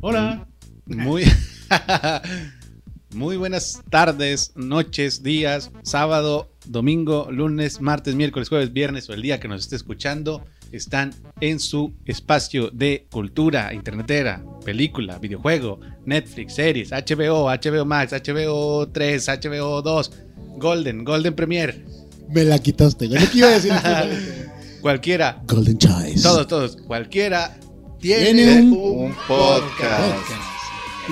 Hola. Muy, muy buenas tardes, noches, días, sábado, domingo, lunes, martes, miércoles, jueves, viernes o el día que nos esté escuchando. Están en su espacio de cultura internetera, película, videojuego, Netflix, series, HBO, HBO Max, HBO 3, HBO 2, Golden, Golden Premier, Me la quitaste, güey. Lo que iba a decir exactamente. cualquiera, Golden Choice. todos, todos, cualquiera tiene, Tiene un, un- podcast. Podcast.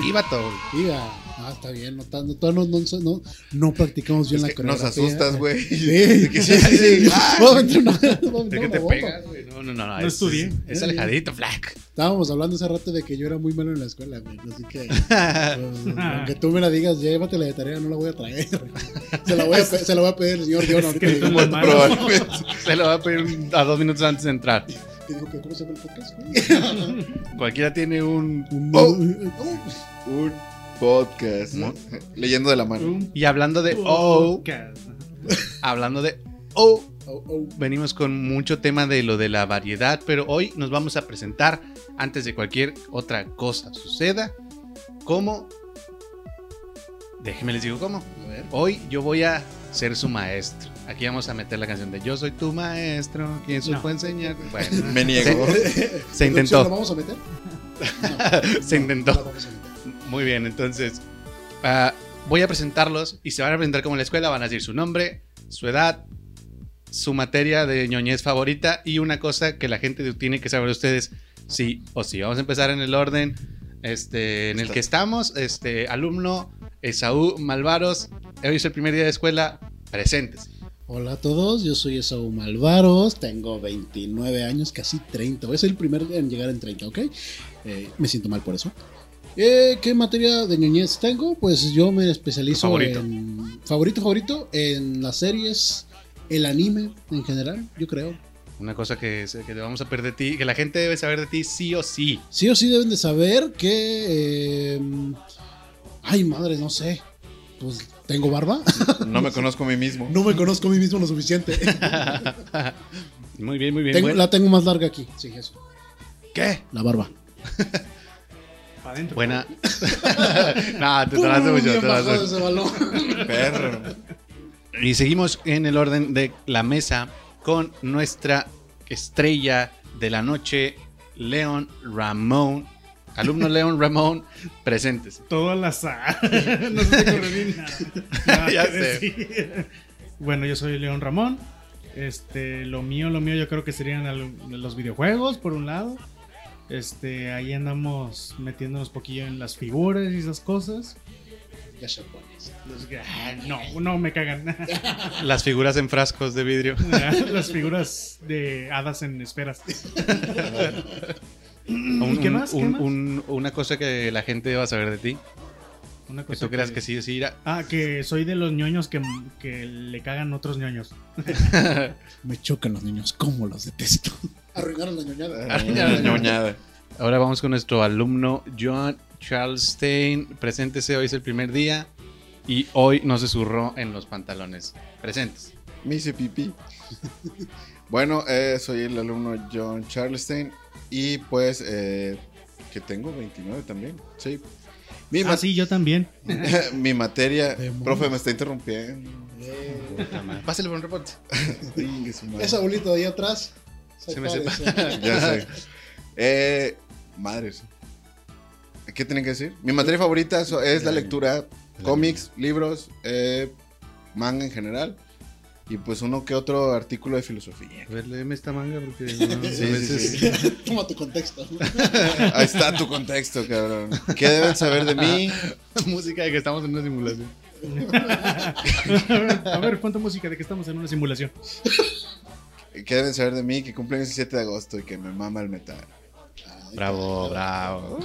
Y va todo. Diga, ah, está bien, no, tan- no, todavía no, no, no, no practicamos bien Es la que nos coreografía. asustas, güey. Sí, Que sí, sí, sí. sí. Ah. Vamos a entrar una- vamos a Es entrar que una te bomba. pegas, güey. No, no, no. No, es- estudié. Es, es alejadito, Black. Estábamos hablando hace rato de que yo era muy malo en la escuela, güey. Así que, pues, aunque tú me la digas, llévatela de tarea, no la voy a traer. Se la voy a, pe- se la voy a pedir al señor Dion ahorita. que tú Que no- Mano. Probablemente. Se lo va a pedir a dos minutos antes de entrar. dijo que cómo se llama el podcast, güey. Cualquiera tiene un. Oh. Oh, Un podcast. ¿no? Leyendo de la mano. Un Y hablando de oh. O, podcast. hablando de O, oh, oh. venimos con mucho tema de lo de la variedad, pero hoy nos vamos a presentar antes de cualquier otra cosa suceda. ¿Cómo? Déjenme les digo cómo. A ver. Hoy yo voy a ser su maestro. Aquí vamos a meter la canción de Yo soy tu maestro. ¿Quién se No. puede enseñar? Bueno, Me niego. se ¿La intentó. vamos a meter? Se intentó. La vamos a meter. Muy bien, entonces ah, voy a presentarlos y se van a presentar como en la escuela, van a decir su nombre, su edad, su materia de ñoñez favorita y una cosa que la gente tiene que saber de ustedes sí o sí. Vamos a empezar en el orden este, en el que estamos. Este, alumno Esaú Malvaros, hoy es el primer día de escuela, presentes. Hola a todos, yo soy Esaú Malvaros, tengo 29 años, casi 30. Es el primer en llegar en 30, ¿ok? Eh, me siento mal por eso. Eh, ¿Qué materia de ñoñez tengo? Pues yo me especializo Favorito. en. Favorito, favorito, en las series, el anime en general, yo creo. Una cosa que, se- que le vamos a perder de ti, que la gente debe saber de ti sí o sí. Sí o sí deben de saber que. eh, ay, madre, no sé. Pues tengo barba. No me conozco a mí mismo. No me conozco a mí mismo lo suficiente. muy bien, muy bien. Tengo- bueno. la tengo más larga aquí, sí, eso. ¿Qué? La barba. Pa' dentro. Buena. no, te tardaste Pum, mucho, te bien tardaste bajado mucho. ese balón. Perro. Y seguimos en el orden de la mesa con nuestra estrella de la noche, León Ramón. Alumno León Ramón, preséntese. Todo al azar. no se te ocurre ni nada. Nada Ya que sé. decir. Bueno, yo soy León Ramón. Este, lo mío, lo mío, yo creo que serían al- los videojuegos, por un lado. Este, ahí andamos metiéndonos poquillo en las figuras y esas cosas. Ya se pones. Los- ah, no, no me cagan. Las figuras en frascos de vidrio. las figuras de hadas en esferas. Un- Mm, ¿Qué un- más? ¿Qué un- más? un- una cosa que la gente va a saber de ti. Una Que cosa tú creas que sí, sí. irá. Ah, que soy de los ñoños que, que le cagan otros ñoños. Me chocan los niños, cómo los detesto. Arruinaron la ñoñada. Ah, Ñoñada. Ahora vamos con nuestro alumno John Charlestein. Preséntese, hoy es el primer día. Y hoy no se zurró en los pantalones. Presentes. Me hice pipí. Bueno, eh, soy el alumno John Charleston. Y pues, eh, que tengo 29 también. Sí. Mi, ma- Ah, sí, yo también. mi materia. Demonios. Profe, me está interrumpiendo. Eh, Pásale por un reporte. Chingue su madre. esa bolita de ahí atrás. Se me separe, Ya sé. Eh, madres. ¿Qué tienen que decir? Mi materia favorita so- es la lectura, cómics, libros, eh, manga en general y pues uno que otro artículo de filosofía. A ver, léeme esta manga porque Sí, sí, sí. se- Toma tu contexto. Ahí está tu contexto, cabrón. ¿Qué deben saber de mí? música de que estamos en una simulación. A ver, ponte música de que estamos en una simulación. ¿Qué deben saber de mí? Que cumpleaños el 7 de agosto y que me mama el metal. Bravo, bravo.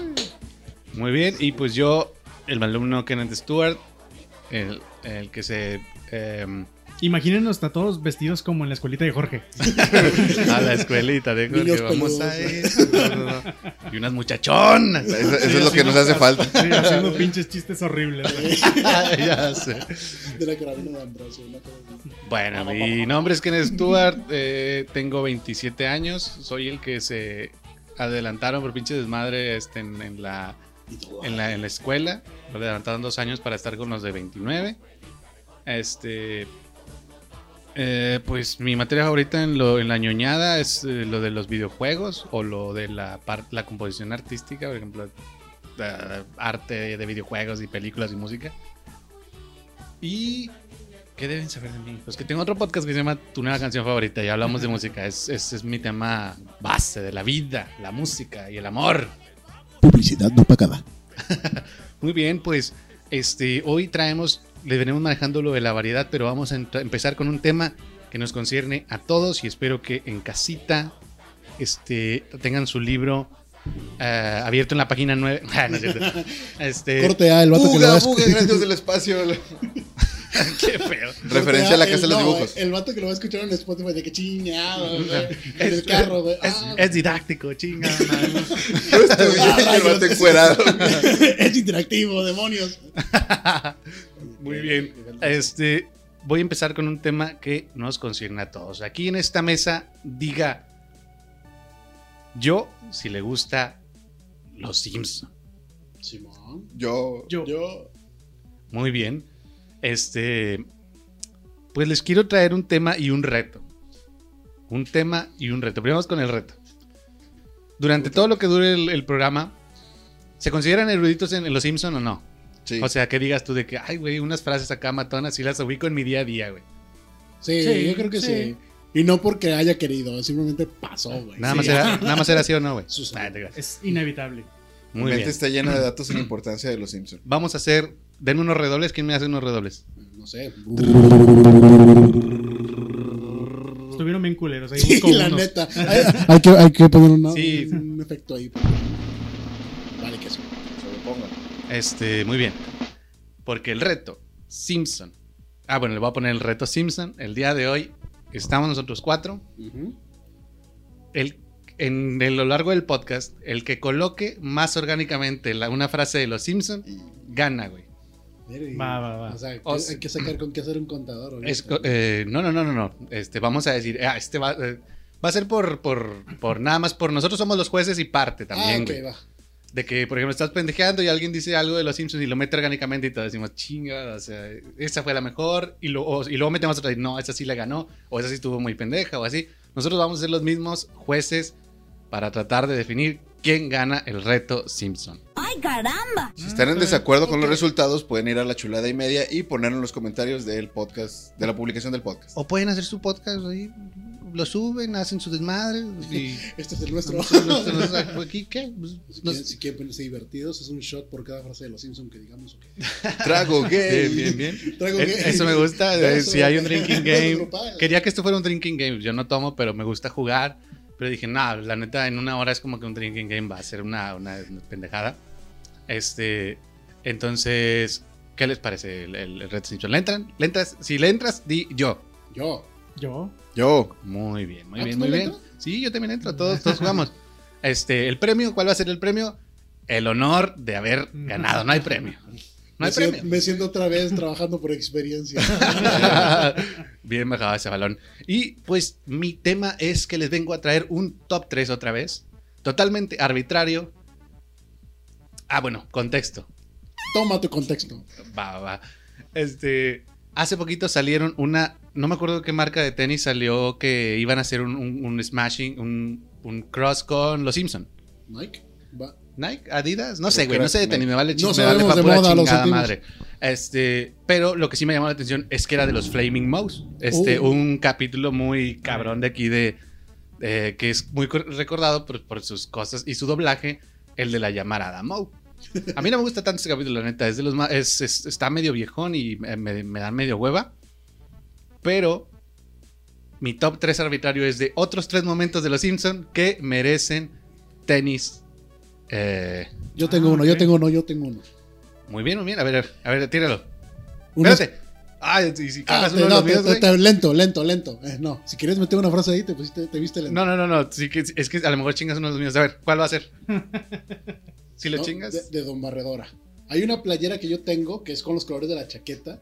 Muy bien, y pues yo, el alumno Kenneth Stewart, el, el que se em, Imagínenos a todos vestidos como en la escuelita de Jorge. A la escuelita, de Jorge, Niños vamos a peludos. eso. no, no, no. Y unas muchachonas. Eso, eso Sí, es lo que haciendo- nos hace falta. Sí, haciendo pinches chistes horribles. güey. ya sé. De la carabina de Ambrosio, una cosa así. Bueno, mi nombre es Ken Stewart, eh, tengo 27 años, soy el que se adelantaron por pinche desmadre este, en, en la, Y todo. en, la, en la escuela, lo adelantaron dos años para estar con los de 29. Este, eh, pues mi materia favorita en, lo, en la ñoñada es eh, lo de los videojuegos o lo de la, par- la composición artística, por ejemplo, eh, arte de videojuegos y películas y música. Y. ¿Qué deben saber de mí? Pues que tengo otro podcast que se llama Tu nueva canción favorita y hablamos de música. Es, es, es mi tema base de la vida, la música y el amor. Publicidad no pagada. Muy bien, pues este, hoy traemos, le venimos manejando lo de la variedad, pero vamos a entra- empezar con un tema que nos concierne a todos y espero que en casita este, tengan su libro eh, abierto en la página 9. no es cierto. Este, Corte A, el vato que lo va a Buga, buga, escuchar. gracias del espacio. qué feo. Referencia a la casa de los El- no, dibujos. El vato que lo va a escuchar en Spotify de que chingado, güey. En Es- el carro, güey. Es, Ah, es didáctico, chinga. madre. Yo estudié y el vato encuerado. es interactivo, demonios. Eh, Muy bien. Este, voy a empezar con un tema que nos concierne a todos. Aquí en esta mesa, diga yo si le gusta los Sims. Simón. Yo. Yo, Yo. Muy bien. Este, pues les quiero traer un tema y un reto. Un tema y un reto. Primero vamos con el reto. Durante todo lo que dure el, el programa, ¿se consideran eruditos en, en los Simpson o no? Sí. O sea, que digas tú de que, ay, güey, unas frases acá matonas y las ubico en mi día a día, güey. Sí, Sí, yo creo que sí. sí. Y no porque haya querido, simplemente pasó, güey. Nada, Sí. más era, nada más era así o no, güey. Sucedió. Ah, te creas. es inevitable. Mi Muy mente bien. está llena de datos sin importancia de los Simpsons. Vamos a hacer. Denme unos redobles. ¿Quién me hace unos redobles? No sé. Estuvieron bien culeros. Ahí Sí, busco la unos. neta. Hay, hay que, hay que poner una- Sí. un efecto ahí. Vale, que eso. Se lo pongan. Este, muy bien. Porque el reto, Simpson. Ah, bueno, le voy a poner el reto Simpson. El día de hoy estamos nosotros cuatro. Ujú. El, en el- a lo largo del podcast, el que coloque más orgánicamente la- una frase de los Simpson Y gana, güey. Mire, Va, va, va. O sea, O que- sea- hay que sacar con qué hacer un contador. ahorita. Es co- eh, no, no, no, no, no. Este, vamos a decir, ah, este va, eh, va a ser por, por, por nada más, por nosotros somos los jueces y parte también. ah, ok, güey. va. De que, por ejemplo, estás pendejeando y alguien dice algo de los Simpsons y lo mete orgánicamente y todos decimos, chinga, o sea, esa fue la mejor. Y, lo- o- y luego metemos otra y no, esa sí la ganó, o esa sí estuvo muy pendeja, o así. Nosotros vamos a ser los mismos jueces para tratar de definir quién gana el reto Simpson. ¡Ay, caramba! Si están en desacuerdo con los Ok. resultados, pueden ir a la chulada y media y poner en los comentarios del podcast, de la publicación del podcast. O pueden hacer su podcast ahí, lo suben, hacen su desmadre y. Este es el nuestro. ¿Qué? Pues, Si quieren, si quieren ponerse divertidos, es un shot por cada frase de los Simpsons que digamos. ¿o qué? Trago gay. Bien, bien, bien. Traigo Es- que- E-, Eso me gusta. eh, Eso, si hay un drinking game. grupal. Quería que esto fuera un drinking game. Yo no tomo, pero me gusta jugar. Pero dije, nah, la neta, en una hora es como que un drinking game va a ser una, una pendejada. Este. Entonces, ¿qué les parece el, el- el reto Simpson? ¿Le entran? ¿Le entras? Si le entras, di yo. Yo. Yo, Yo. Muy bien, muy Ah, bien, ¿tú muy le bien. entras? Sí, yo también entro. Todos, todos jugamos. Este, el premio, ¿cuál va a ser el premio? El honor de haber ganado. No hay premio. No hay me, Mm. siento, premio. me siento otra vez trabajando por experiencia. Bien bajado ese balón. Y pues mi tema es que les vengo a traer un top 3 otra vez. Totalmente arbitrario. Ah, bueno, contexto. Toma tu contexto. Va, va, va. Este. Hace poquito salieron una. No me acuerdo qué marca de tenis salió que iban a hacer un, un- un smashing, un, un cross con los Simpson. Mike, va. Nike, Adidas, no Creo sé, que güey, era no sé de tenis, Nike. me vale, chi- No me vale sabemos pa' de pura moda, lo chingada sentimos. madre. Este, pero lo que sí me llamó la atención es que era de los Flaming Mouse. Este, Uh. un capítulo muy cabrón de aquí de eh, que es muy cor- recordado por, por sus cosas y su doblaje, el de la llamarada Moe. A mí no me gusta tanto ese capítulo, la neta, es de los más, es- es- está medio viejón y me, me- me dan medio hueva. Pero mi top 3 arbitrario es de otros tres momentos de los Simpson que merecen tenis. Eh, Yo tengo Ah, uno, ok. yo tengo uno, yo tengo uno. muy bien, muy bien. A ver, a ver, tíralo. Uno es- Espérate. Ah, y si Ah, cagas te- uno de no, los te- míos, te- güey. te- lento, lento, lento. Eh, no, si quieres meter una frase ahí, te, pusiste- te viste lento. No, no, no, no. sí que- es que a lo mejor chingas uno de los míos. A ver, ¿cuál va a ser? Si lo ¿no? chingas. De, de Don Barredora. Hay una playera que yo tengo que es con los colores de la chaqueta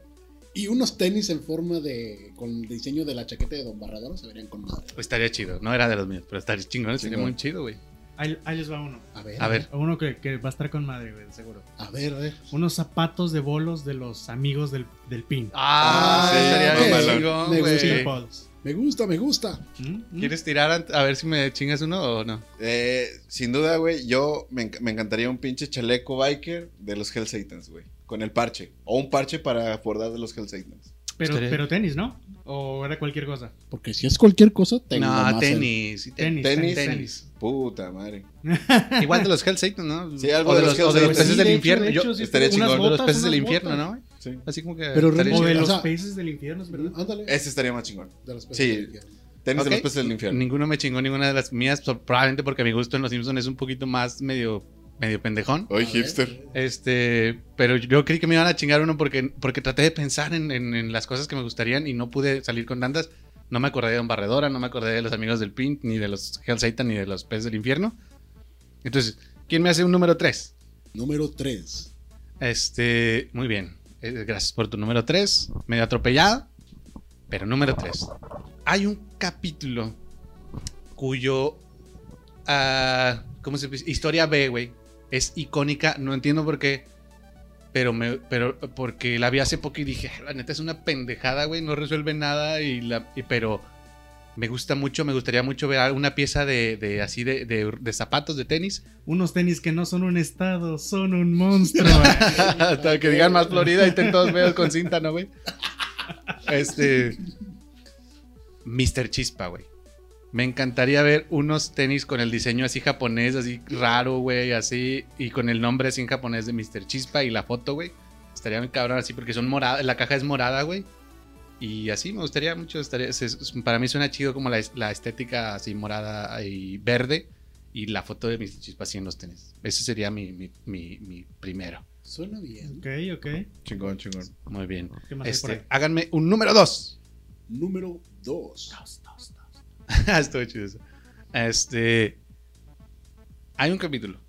y unos tenis en forma de. con el diseño de la chaqueta de Don Barredora se verían con madre. Pues Estaría chido. No era de los míos, pero estaría chingón. Sería Chingón. muy chido, güey. Ahí, ahí les va uno. A ver, A ver. Uno que, que va a estar con madre, güey, seguro. a ver, a ver. Unos zapatos de bolos de los amigos del, del pin. Ah, sí, estaría bien mamalón. chingón, Me güey. Chili Pods. Me gusta, me gusta. ¿Mm? ¿Mm? ¿Quieres tirar ant- a ver si me chingas uno o no? Eh, sin duda, güey, yo me, enc- me encantaría un pinche chaleco biker de los Hell Satans, güey. Con el parche. O un parche para bordar de los Hell Satans. Pero, Estaría- pero tenis, ¿no? O era cualquier cosa. Porque si es cualquier cosa, tengo No, más eh. tenis. sí, tenis. Tenis, tenis, Tenis. tenis. Puta madre. Igual de los Hell Satan, ¿no? Sí, algo o de los Hell o de los Satans. peces Sí, del de hecho, infierno. de Yo- hecho, sí, estaría unas chingón. o de los botas, peces del unas infierno, botas. ¿no? güey? Sí. Así como que. Pero estaría Rick- O chido. de los O sea, peces del infierno, es verdad. Ándale. Ese estaría más chingón. De las Sí. personas. Tenis Ok. de los peces del infierno. Ninguno me chingó ninguna de las mías, so- probablemente porque mi gusto en los Simpsons es un poquito más medio, medio pendejón. Oye, A hipster. ver. Este, pero yo creí que me iban a chingar uno porque, porque traté de pensar en, en- en las cosas que me gustarían y no pude salir con tantas. No me acordé de Don Barredora, no me acordé de los amigos del Pint, ni de los Hell Satan, ni de los Peces del Infierno. Entonces, ¿quién me hace un número 3? Número 3. Este, muy bien. Eh, Gracias por tu número 3. Medio atropellado, pero número 3. Hay un capítulo cuyo. ah, ¿Cómo se dice? Historia B, güey. Es icónica, no entiendo por qué. Pero, me, pero porque la vi hace poco y dije, "Ah, la neta es una pendejada, güey, no resuelve nada. Y la, y- pero me gusta mucho, me gustaría mucho ver una pieza de, de así de- de- de zapatos de tenis Unos tenis que no son un estado, son un monstruo. Hasta que digan más Florida y estén todos medios con cinta, ¿no, güey? Este. Mr. Chispa, güey. Me encantaría ver unos tenis con el diseño así japonés, así raro, güey, así. Y con el nombre así en japonés de Mr. Chispa y la foto, güey. Estaría muy cabrón así porque son morada, la caja es morada, güey. Y así me gustaría mucho, estaría, se- para mí suena chido como la, es- la estética así morada y verde y la foto de Mr. Chispa así en los tenis. Ese sería mi- mi- mi- mi primero. Suena bien. ok, ok. Chingón, chingón. Muy bien. ¿Qué más Este, hay por ahí? háganme un número 2. Número 2. Dos, dos, dos. Ah, Estuvo chido eso. Este. Hay un capítulo.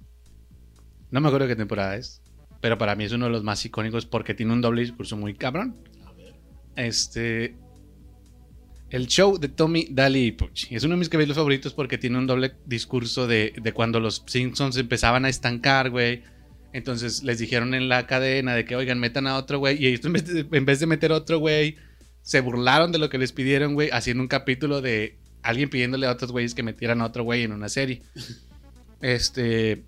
No me acuerdo qué temporada es. Pero para mí es uno de los más icónicos porque tiene un doble discurso muy cabrón. Este. El show de Tommy, Daly y Pucci. Es uno de mis capítulos favoritos porque tiene un doble discurso de, de cuando los Simpsons empezaban a estancar, güey. Entonces les dijeron en la cadena de que, oigan, metan a otro, güey. Y ellos en vez de- en vez de meter otro, güey, se burlaron de lo que les pidieron, güey, haciendo un capítulo de alguien pidiéndole a otros güeyes que metieran a otro güey en una serie. Este.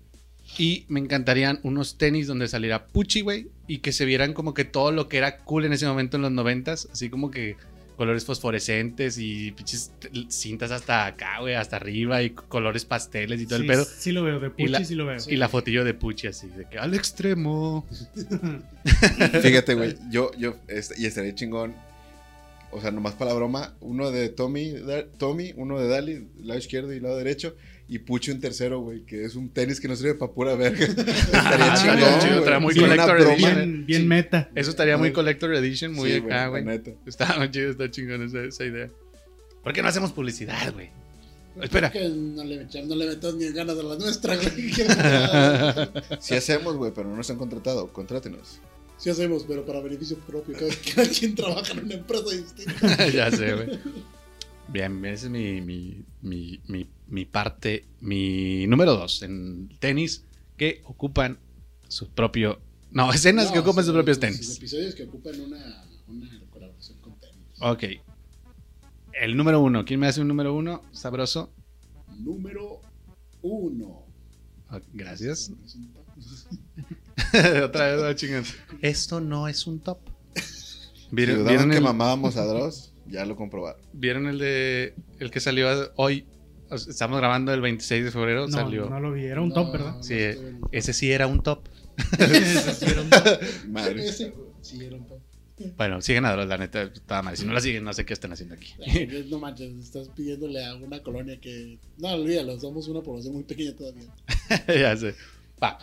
Y me encantarían unos tenis donde saliera Pucci, güey, y que se vieran como que todo lo que era cool en ese momento en los noventas, así como que colores fosforescentes y pinches t- cintas hasta acá, güey, hasta arriba y colores pasteles y todo Sí, el pedo. Sí lo veo, de Y la- Puchi sí lo veo. Y la fotillo de Pucci así, de que al extremo. Fíjate, güey. Yo, yo, este- y estaría chingón. O sea, nomás para la broma, uno de Tommy, Da- Tommy, uno de Dali, lado izquierdo y lado derecho, y Pucho un tercero, güey, que es un tenis que no sirve para pura verga. Estaría Ah, chingón. estaría chido, güey. estaría muy Sí, una collector broma. edition. Bien, bien Sí. meta. Eso estaría muy Muy- collector edition, muy Sí, acá, güey, güey. la neta. Está muy chido, está chingón esa, esa idea. ¿Por qué no hacemos publicidad, güey? Espera. Que no le, echa- no le metas ni ganas a la nuestra, güey. Que nada. Sí hacemos, güey, pero no nos han contratado. Contrátenos. Sí hacemos, pero para beneficio propio. Cada, cada quien trabaja en una empresa distinta. ya sé, güey. Bien, bien, esa es mi, mi, mi, mi, mi parte, mi número dos en tenis que ocupan su propio... No, escenas que No, ocupan sus sí, propios sí, tenis. Episodios que ocupan una, una colaboración con tenis. Ok. El número uno. ¿Quién me hace un número uno? Sabroso. Número 1. Ok, Gracias. Otra vez, ah, no chingan. Esto no es un top. Si ¿Vieron, dudaban vieron que el, mamábamos a Dross, ya lo comprobaron. vieron el de el que salió hoy? O sea, Estamos grabando el 26 de febrero. No, salió. no lo vi, era un top, ¿verdad? Sí, Ese sí era un top. Madre. Ese, sí, era un top. Bueno, siguen a Dross, la neta, estaba mal. Si no la siguen, no sé qué están haciendo aquí. Ay, No manches, estás pidiéndole a una colonia que. No, olvídalo, somos una población muy pequeña todavía. ya sé. Va.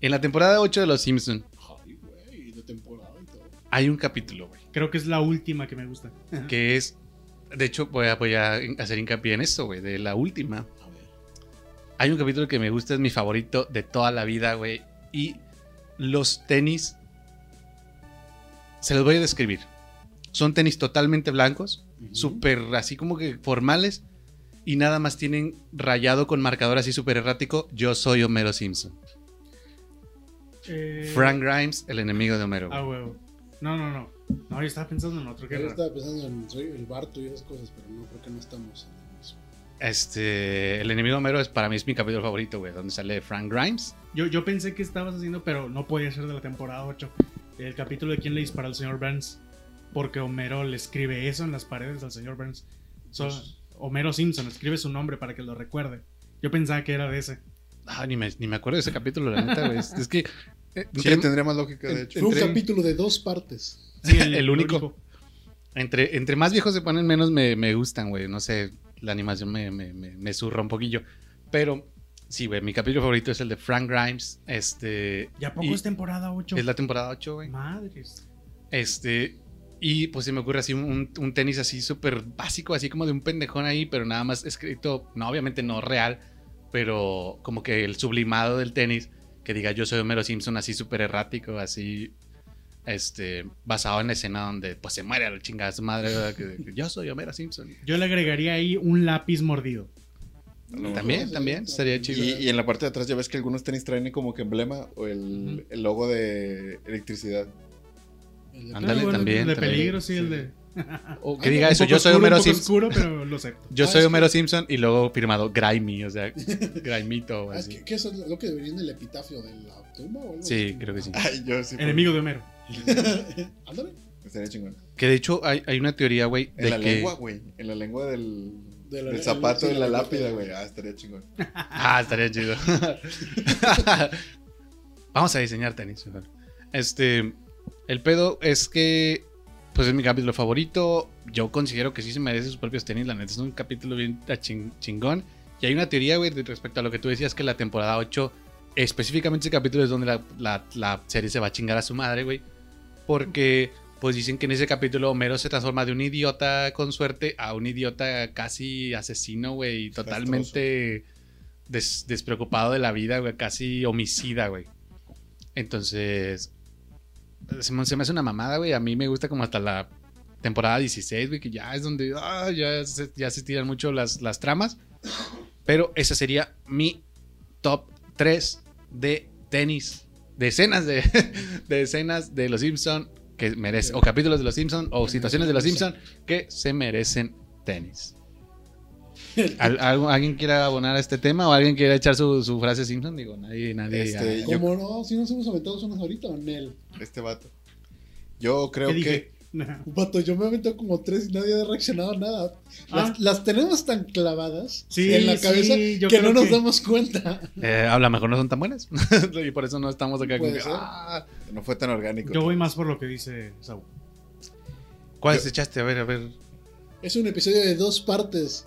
En la temporada 8 de Los Simpson Ay, güey, de temporada y todo. Hay un capítulo, güey, Creo que es la última que me gusta. que es. De hecho, voy a, voy a hacer hincapié en esto, güey, de la última. A ver. Hay un capítulo que me gusta, es mi favorito de toda la vida, güey. Y los tenis. Se los voy a describir. Son tenis totalmente blancos, Ujú. súper así como que formales. Y nada más tienen rayado con marcador así súper errático. Yo soy Homero Simpson. Eh, Frank Grimes, el enemigo de Homero. güey. Ah, huevo. No, no, no. No, yo estaba pensando en otro. Qué Yo raro. estaba pensando en soy el Barto y esas cosas, pero no creo que no estamos en el mismo. Este. El enemigo de Homero es para mí es mi capítulo favorito, güey. Donde sale Frank Grimes. Yo, yo pensé que estabas haciendo, pero no podía ser de la temporada 8. El capítulo de quién le dispara al señor Burns. Porque Homero le escribe eso en las paredes al señor Burns. So- Pues- Homero Simpson escribe su nombre para que lo recuerde. Yo pensaba que era de ese. Ah, ni me, ni me acuerdo de ese capítulo, la neta, güey. Es es que. eh, Sí, entre- tendría más lógica, de hecho. Fue un Entre- capítulo de dos partes. Sí, El único. Entre, entre más viejos se ponen, menos me, me gustan, güey. No sé, la animación me, me, me- me zurra un poquillo. Pero, sí, güey, mi capítulo favorito es el de Frank Grimes. Este. ¿Ya poco y- es temporada 8? Es la temporada 8, güey. Madres. Este. Y pues se me ocurre así un- un, un tenis así súper básico, así como de un pendejón ahí, pero nada más escrito, no, obviamente no real, pero como que el sublimado del tenis, que diga yo soy Homero Simpson, así súper errático, así, este, basado en la escena donde pues se muere la chingada su madre, ¿verdad? Que- que yo soy Homero Simpson. Yo le agregaría ahí un lápiz mordido. También, también, sería chido. Y, y en la parte de atrás ya ves que algunos tenis traen como que emblema o el, Ujú. el logo de electricidad. El de- Ándale, Ah, bueno, también, El de también. peligro, sí, el de. O que Ah, diga Un eso, poco yo soy oscuro, Homero un poco Simpson. oscuro, pero lo acepto. Yo Ah, soy es Homero Simpson y luego firmado Grimy, o sea, Grimito o Ah, es que, así. que eso es lo que debería en el epitafio de la tumba o algo Sí, así. creo que sí. Ay, yo sí. Enemigo de Homero. Ándale, Estaría chingón. Que de hecho hay, hay una teoría, güey, En de la que... lengua, güey. En la lengua del, De la- del el- sí, zapato de la la- lápida, güey. Ah, estaría chingón. Ah, estaría chido. Vamos a diseñar tenis. mejor. Este, el pedo es que, pues es mi capítulo favorito. Yo considero que sí se merece sus propios tenis. La neta es un capítulo bien a chin- chingón. Y hay una teoría, güey, de- respecto a lo que tú decías, que la temporada 8, específicamente ese capítulo es donde la, la- la serie se va a chingar a su madre, güey. Porque, pues dicen que en ese capítulo Homero se transforma de un idiota con suerte a un idiota casi asesino, güey, y Desastroso. totalmente des- despreocupado de la vida, güey, casi homicida, güey. Entonces, se me, se me hace una mamada, güey. A mí me gusta como hasta la temporada 16, güey, que ya es donde ah, ya, se, ya se tiran mucho las, las tramas. Pero esa sería mi top 3 de tenis. Decenas de, de escenas de Los Simpson que merecen, o capítulos de Los Simpson, o situaciones de Los Simpson que se merecen tenis. ¿Al- algo- ¿Alguien quiere abonar a este tema o alguien quiere echar su, su frase Simpson? Digo, nadie, nadie. Este, ah, Yo- ¿Cómo no? Si nos hemos aventado unas ahorita, Nel. Este vato. Yo creo ¿Qué que. dije? Vato, yo me he aventado como tres y nadie ha reaccionado a nada. Las, Ah. las tenemos tan clavadas Sí, en la sí, cabeza yo que creo no nos que- damos cuenta. eh, a lo mejor no son tan buenas. y por eso no estamos acá con Puede que, ser. "Ah". No fue tan orgánico. Yo voy más por lo que dice Saúl. ¿Cuáles Yo- echaste? A ver, a ver. Es un episodio de dos partes.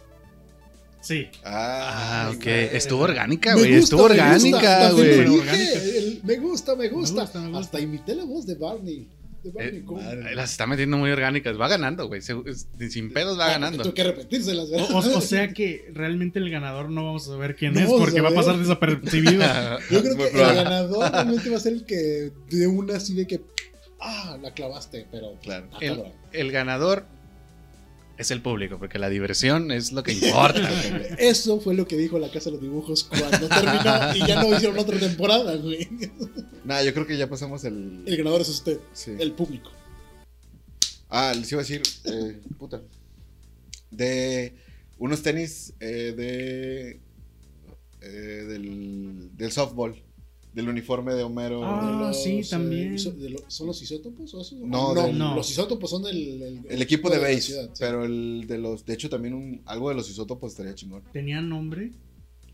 Sí. Ah, Ah, ok. güey. Estuvo orgánica, Me güey. gusta, Estuvo me gusta. orgánica, También güey. lo Pero dije, orgánica. el me gusta, me gusta. gusta, me gusta. Hasta imité la voz de Barney. De Barney Eh, Cohen. madre. Ay, Las está metiendo muy orgánicas. Va ganando, güey. Se- es- Sin pedos va Ah, ganando. Tengo que repetírselas, O, ¿verdad? o- o sea que realmente el ganador no vamos a saber quién No es vamos porque a va a ver. pasar desapercibido. Ah, Yo creo Muy que el probable. ganador realmente va a ser el que de una así de que. Ah, la clavaste, pero. Claro. ah, El, cabrón. el ganador es el público, porque la diversión es lo que importa. güey. Eso fue lo que dijo la Casa de los Dibujos cuando terminó y ya no hicieron otra temporada, güey. Nah, yo creo que ya pasamos el. El ganador es usted, sí. el público. Ah, les iba a decir. eh, puta. De unos tenis eh, de. eh, del, del softball. Del uniforme de Homero. Ah. De sí, también. iso- de lo- ¿Son los isótopos? o esos? No, del- no. los isótopos son del el, El equipo de la base, ciudad, sí. pero el de los, de hecho también un, algo de los isótopos estaría chingón. ¿Tenía nombre?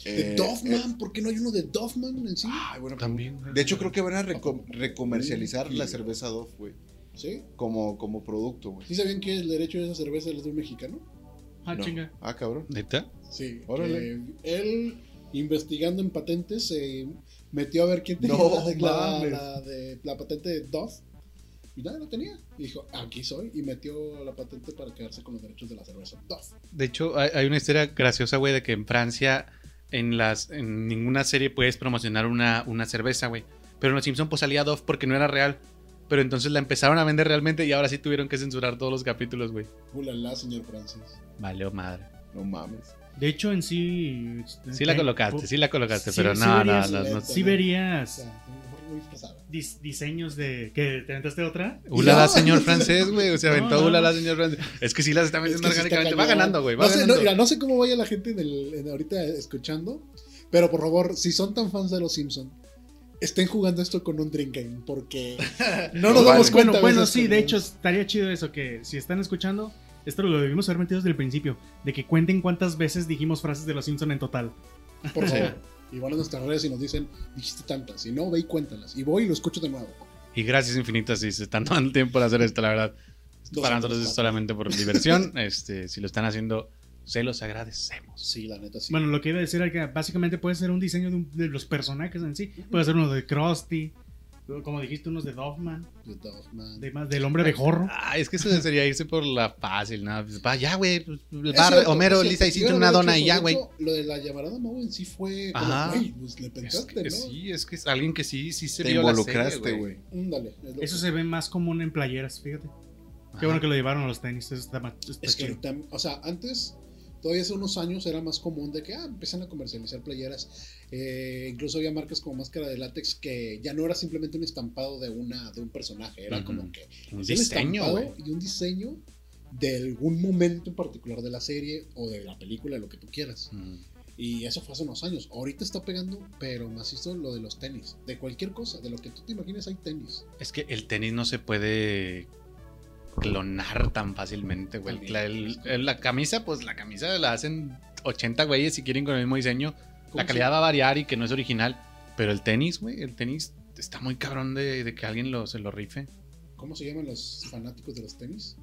De Eh, Doffman, eh, ¿por qué no hay uno de Doffman en sí? ay, buena pregunta. También. De hecho creo que van a reco- recomercializar la cerveza Doff, güey, ¿Sí? como, como producto, güey. ¿Sí sabían que el derecho de esa cerveza es de un mexicano? Ah, No. chinga. Ah, cabrón. ¿Neta? Sí. Órale. que él, investigando en patentes, se metió a ver quién tenía No la, la- mames. la de- la patente de Dove. Y nada, lo tenía. Y dijo, aquí soy. Y metió la patente para quedarse con los derechos de la cerveza. Dos. De hecho, hay, hay una historia graciosa, güey, de que en Francia, en las en ninguna serie puedes promocionar una, una cerveza, güey. Pero en Los Simpson pues salía Dove porque no era real. Pero entonces la empezaron a vender realmente y ahora sí tuvieron que censurar todos los capítulos, güey. Ulala, señor Francis. Vale, madre. No mames. De hecho, en sí. este, Sí la colocaste, sí la colocaste, Sí, pero sí no, no, verías no, no. lento. Sí O verías sea, mejor muy fresada. dis- diseños de. ¿Qué? ¿Te aventaste otra? Ulala, No. señor francés, güey. O sea, No, aventó no. ulala, señor francés. Es que sí las está Es vendiendo que sí está orgánicamente. Va cañón. ganando, güey. Va No, sé, no, ganando. mira, no sé cómo vaya la gente en el- en ahorita escuchando, pero por favor, si son tan fans de los Simpson, estén jugando esto con un drink game, porque no nos Vale. damos cuenta. Bueno, a bueno, veces sí, que- de hecho estaría chido eso, que si están escuchando, esto lo debimos haber metido desde el principio, de que cuenten cuántas veces dijimos frases de los Simpson en total. Por favor. Igual a nuestras redes y nos dicen, dijiste tantas, si no, ve y cuéntalas. Y voy y lo escucho de nuevo. Y gracias infinitas si se están tomando el tiempo de hacer esto, la verdad. Dos Para horas, nosotros es ¿no? solamente por diversión. Este, si lo están haciendo, se los agradecemos. Sí, la neta, sí. Bueno, lo que iba a decir era que básicamente puede ser un diseño de, un- de los personajes en sí, puede ser uno de Krusty, como dijiste, unos de Dogman, The Dogman. de más- del hombre de jorro. Ah, es que eso sería irse por la fácil, ¿no? Pues, va, ya, güey. pues, el Es bar, cierto, es Homero, cierto. Lisa, Yo hiciste lo una había dona hecho, y ya, de güey. hecho, Lo de la llamarada Mowen sí fue. como, Ajá. güey, pues le Es pensaste, que, ¿no? Sí, es que es alguien que sí, sí se Te vio la serie, involucraste, güey. Ándale, es lo Eso que- se ve más común en playeras, fíjate. Ajá. Qué bueno que lo llevaron a los tenis, eso está más está Es que chido. ahorita, o sea, antes, todavía hace unos años era más común de que ah, empiezan a comercializar playeras. Eh, incluso había marcas como máscara de látex que ya no era simplemente un estampado de una de un personaje, era Ujú. como que Un es el diseño, estampado güey. Este y un diseño de algún momento en particular de la serie o de la película, lo que tú quieras. Mm. Y eso fue hace unos años. Ahorita está pegando, pero más hizo lo de los tenis, de cualquier cosa, de lo que tú te imagines hay tenis. Es que el tenis no se puede clonar tan fácilmente, güey. También. La, el- el- la camisa, pues la camisa la hacen 80 güeyes si quieren con el mismo diseño. La ¿Cómo calidad va a variar y que no es original. Pero el tenis, güey, el tenis está muy cabrón de, de que alguien lo, se lo rife. se- ¿Cómo se llaman los fanáticos de los tenis?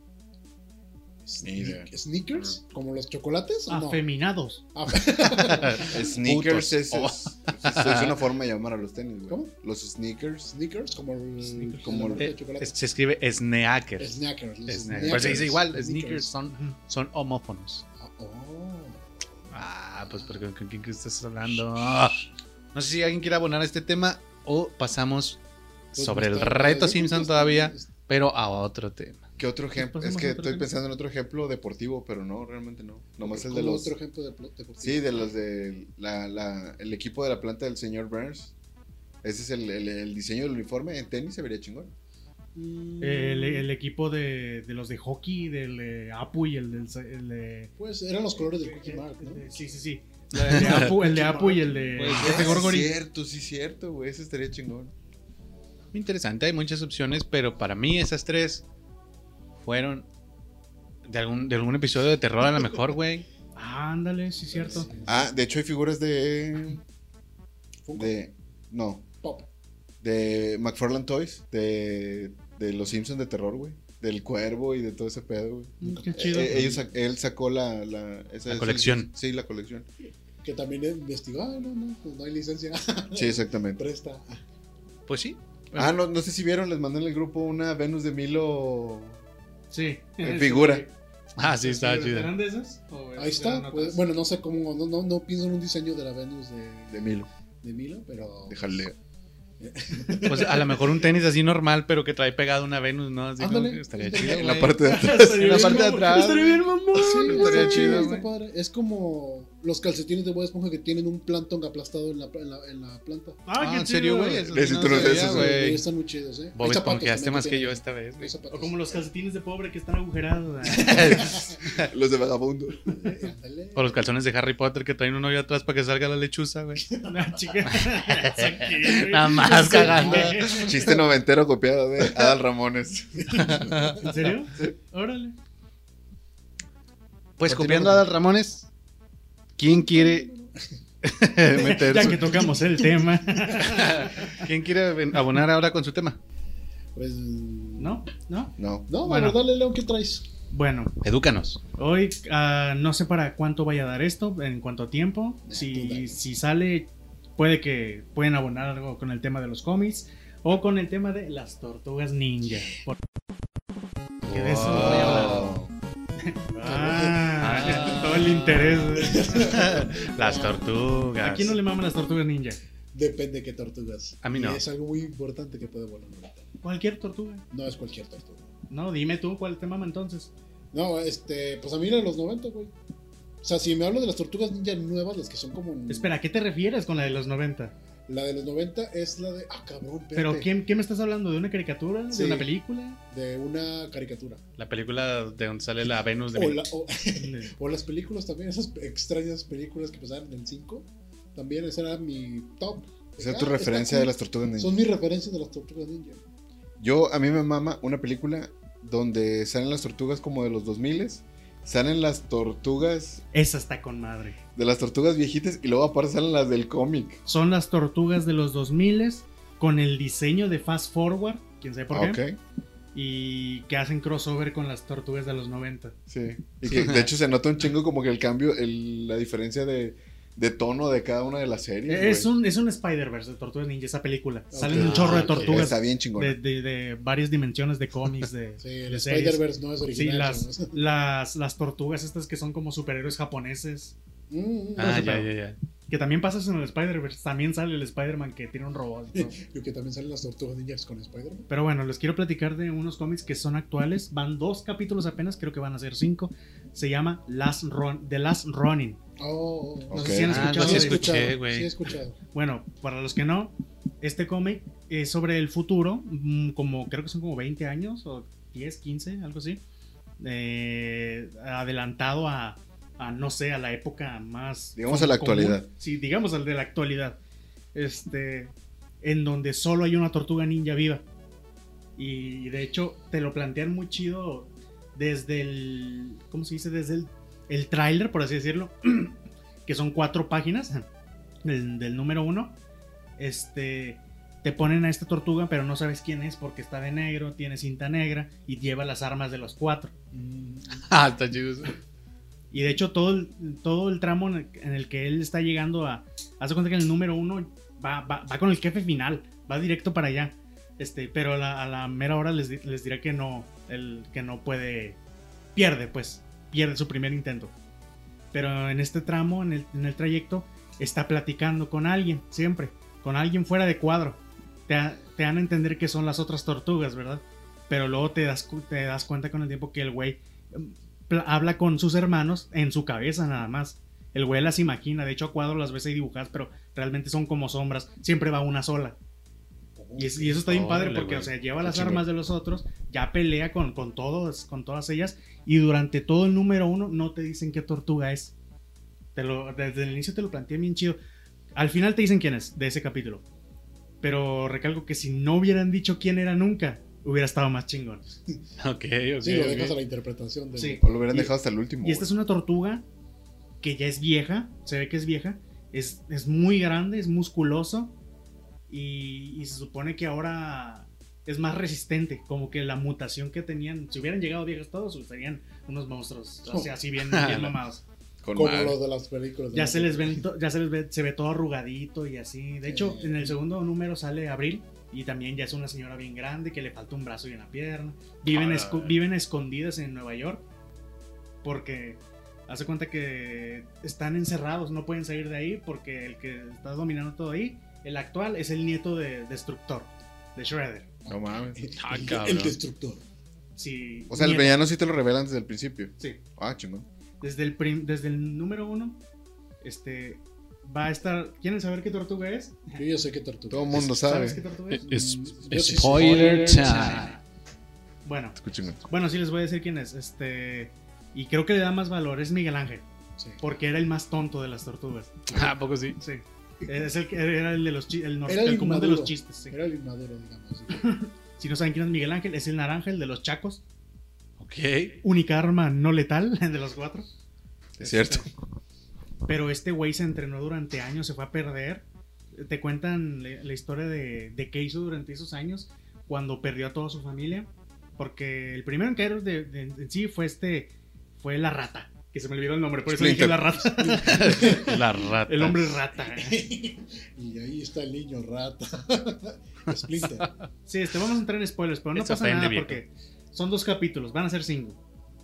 Ni idea. Sneak- ¿Sneakers? ¿Como los chocolates? o no? Afeminados. Ah, Sneakers Putos. es, Oh. es, es una forma de llamar a los tenis, güey. ¿Cómo? Los sneakers. ¿Sneakers? Como el, Sneakers. como el Eh, de chocolate. es- se escribe Snacker. Snackers. los Snacker. Pues se dice igual, sneakers, Sneakers. son, son homófonos. Ah, Oh. Ah, pues porque con quién que estás hablando. Ah. No sé si alguien quiere abonar a este tema o pasamos Pues sobre el más tarde, reto yo creo que Simpson es- todavía, pero a otro tema. ¿Qué otro ejemplo? pasamos Es que Pues, a otro estoy ejemplo. pensando en otro ejemplo deportivo, pero no, realmente no. Nomás el de como los. otro ejemplo de pl- deportivo. Sí, de los de la, la- el equipo de la planta del señor Burns. Ese es el, el- el diseño del uniforme. En tenis se vería chingón. Mm, El, el equipo de, de los de hockey, del de Apu y el, del, el de Pues eran los colores del Cookie Mark, ¿no? Sí, sí, sí. El de Apu, el de Apu y el de, Ah, este Gorgory. sí, cierto, sí, cierto, güey. Ese estaría chingón. Muy Interesante, hay muchas opciones, pero para mí esas tres fueron de algún, de algún episodio de terror a lo mejor, güey. Ah, ándale, sí, cierto. Ah, de hecho hay figuras de. Funko de no, Pop. de McFarland Toys, de, de los Simpsons de terror, güey. Del cuervo y de todo ese pedo, güey. Mm, Qué Eh, chido. eh, ellos sac- él sacó la, la, esa- La esa- colección. sí, la colección. Que también investigó, ah, no, no, pues no hay licencia. Sí, exactamente. Presta. Pues sí. Ah, no, no sé si vieron, les mandé en el grupo una Venus de Milo. Sí. En figura. Ah, sí, estaba chido. ¿Eran de esas? ¿O Ahí eran está. otras? pues, bueno, no sé cómo, no, no, no pienso en un diseño de la Venus de, De Milo, de Milo, pero. de jaleo. Pues a lo mejor un tenis así normal, pero que trae pegado una Venus, ¿no? Así como Ándale. que estaría Ándale. chido. En güey. la parte de atrás. Estaría En la bien parte de mamón, atrás. Estaría bien, mamón. Sí, estaría está chido, está güey. padre. Es como los calcetines de Bob Esponja que tienen un plantón aplastado en la, en la, en la planta. Ah, qué en serio, chido. güey. Eso sí Necesito Ah, no unos de sabía, esos, este güey. Sí, están muy chidos, ¿eh? Bob Hay zapatos esponjaste también más que tienen. yo esta vez, Hay güey. zapatos. O como los calcetines de pobre que están agujerados. Los de vagabundo. Ándale. O los calzones de Harry Potter que traen un hoyo atrás para que salga la lechuza, güey. Una chica. Nada más cagando. Chiste noventero copiado de Adal Ramones. ¿En serio? Órale. Pues Continúa. copiando a Adal Ramones, ¿quién quiere meter Ya su- que tocamos el tema. ¿Quién quiere ven- abonar ahora con su tema? Pues. No. ¿No? ¿No? No. No, bueno, Bueno. dale, León, ¿qué traes? Bueno, Edúcanos. hoy ah, no sé para cuánto vaya a dar esto, en cuanto a tiempo. tú dale. Si, si sale, puede que pueden abonar algo con el tema de los cómics. O con el tema de las tortugas ninja. Por- Que de eso no voy a hablar. Oh. Ah, Ah. todo el interés. Las tortugas. ¿A quién no le maman las tortugas ninja? Depende de qué tortugas. A mí Y no. es algo muy importante que puede volar ahorita. Cualquier tortuga. No es cualquier tortuga. No, dime tú cuál te mama entonces. No, este, pues a mí de los 90, güey. O sea, si me hablo de las tortugas ninja nuevas, las que son como. en- Espera, ¿a qué te refieres con la de los 90? La de los 90 es la de. Ah, cabrón, espérate, ¿Pero quién, quién me estás hablando? ¿De una caricatura? ¿De Sí. una película? De una caricatura. La película de donde sale la Venus de O, Mil- la- o- De- o las películas también, esas extrañas películas que pasaban en el 5. También esa era mi top. Esa es Ah, tu está referencia cool. de las tortugas ninja. Son mis referencias de las tortugas ninja. Yo, a mí me mama una película donde salen las tortugas como de los 2000 salen las tortugas Esa está con madre. de las tortugas viejitas y luego aparte salen las del cómic. Son las tortugas de los 2000 con el diseño de Fast Forward, quién sabe por Ah, qué, ok, y que hacen crossover con las tortugas de los 90. sí. Y que de hecho se nota un chingo como que el cambio, el- la diferencia de, de tono de cada una de las series. güey. E, Es un, es un Spider-Verse de Tortugas Ninja, esa película. Salen Ok. un chorro de Ah, ok. tortugas Está bien de, chingón. de- de varias dimensiones de cómics, de, Sí, el de series. Spider-Verse no es Sí, original. las, ¿no? las, las tortugas estas que son como superhéroes japoneses. Mm, mm, Ah, ese ya, pedo. ya, ya. Que también pasas en el Spider-Verse. También sale el Spider-Man que tiene un robot. y todo. Y que también salen las tortugas ninjas con Spider-Man. Pero bueno, les quiero platicar de unos cómics que son actuales. Van dos capítulos apenas, creo que van a ser cinco. Se llama Last Run, The Last Running. Oh, oh, oh. No Ok. sé si han Ah, escuchado. no, sí de- escuché, escuchado, güey. Sí, he escuchado. Bueno, para los que no, este cómic es sobre el futuro, mm, como creo que son como 20 años o 10, 15, algo así. eh, adelantado a, a, no sé, a la época más. Digamos a la actualidad. Sí, digamos al de la actualidad. Este, en donde solo hay una tortuga ninja viva. Y de hecho, te lo plantean muy chido desde el. ¿Cómo se dice? Desde el, el tráiler, por así decirlo. que son cuatro páginas. Del, del número uno. Este. Te ponen a esta tortuga, pero no sabes quién es porque está de negro, tiene cinta negra y lleva las armas de los cuatro. Mm, Ah, está chido eso. Y de hecho, todo el, todo el tramo en el, en el que él está llegando a. Hace cuenta que en el número uno va, va- va con el jefe final, va directo para allá. Este, pero a la, a la mera hora les, di- les diré que no, el, que no puede. Pierde, pues. Pierde su primer intento. Pero en este tramo, en el, en el trayecto, está platicando con alguien, siempre. Con alguien fuera de cuadro. Te, ha- te dan a entender que son las otras tortugas, ¿verdad? Pero luego te das, cu- te das cuenta con el tiempo que el güey mm, pla- habla con sus hermanos en su cabeza nada más. El güey las imagina, de hecho a cuadro las ves ahí dibujadas, pero realmente son como sombras, siempre va una sola. Y, es- y eso está bien padre Órale, porque, güey. o sea, lleva las chingón. armas de los otros, ya pelea con, con todos, con todas ellas, y durante todo el número uno no te dicen qué tortuga es. Te lo, desde el inicio te lo planteé bien chido. Al final te dicen quién es de ese capítulo. Pero recalco que si no hubieran dicho quién era nunca, hubiera estado más chingón. Ok, ok. Sí, lo dejas ok. a la interpretación de. Sí. O lo hubieran Y- dejado hasta el último. Y esta es güey. una tortuga que ya es vieja, se ve que es vieja, es, es muy grande, es musculoso y, y se supone que ahora es más resistente, como que la mutación que tenían, si hubieran llegado viejos todos, serían unos monstruos, o sea, así bien, bien mamados. Con Como madre. los de las películas. de Ya se Marvel. les ven, to- ya se les ve, se ve todo arrugadito y así. De hecho, en el segundo número sale Abril y también ya es una señora bien grande que le falta un brazo y una pierna. Viven, Ahora, esco- eh. viven escondidas en Nueva York porque hace cuenta que están encerrados, no pueden salir de ahí porque el que está dominando todo ahí, el actual, es el nieto de Destructor, de Shredder. No mames. Ah, El- cabrón. el destructor. Sí, O sea, el nieto. villano sí te lo revelan desde el principio. Sí. Ah, chingón. desde el, prim- desde el número uno, este, va a estar... ¿Quieren saber qué tortuga es? Yo ya sé qué tortuga. Todo el mundo ¿Sabes sabe. qué tortuga es? Es- Yo sí spoiler soy- time. Bueno, Qué chingón. bueno, sí les voy a decir quién es. Este. Y creo que le da más valor, es Miguel Ángel, Sí. porque era el más tonto de las tortugas. Ah, ¿A poco sí? Sí. Es el que era el de los chi- el, nor- Era el el común de los inmaduro. chistes. sí. Era el inmaduro, digamos. así. Si no saben quién es Miguel Ángel, es el naranja, el de los chacos. Ok. Única arma no letal de los cuatro. Es cierto. Este, Pero este güey se entrenó durante años, se fue a perder. Te cuentan le- la historia de, de qué hizo durante esos años cuando perdió a toda su familia. Porque el primero en caer de, de- en sí fue este, fue la rata. Que se me olvidó el nombre, por eso Splinter. dije la rata. La rata. El hombre rata. Y ahí está el niño rata. Splinter. Sí, este, vamos a entrar en spoilers, pero no Eso pasa ofende, nada viejo. porque son dos capítulos, van a ser cinco.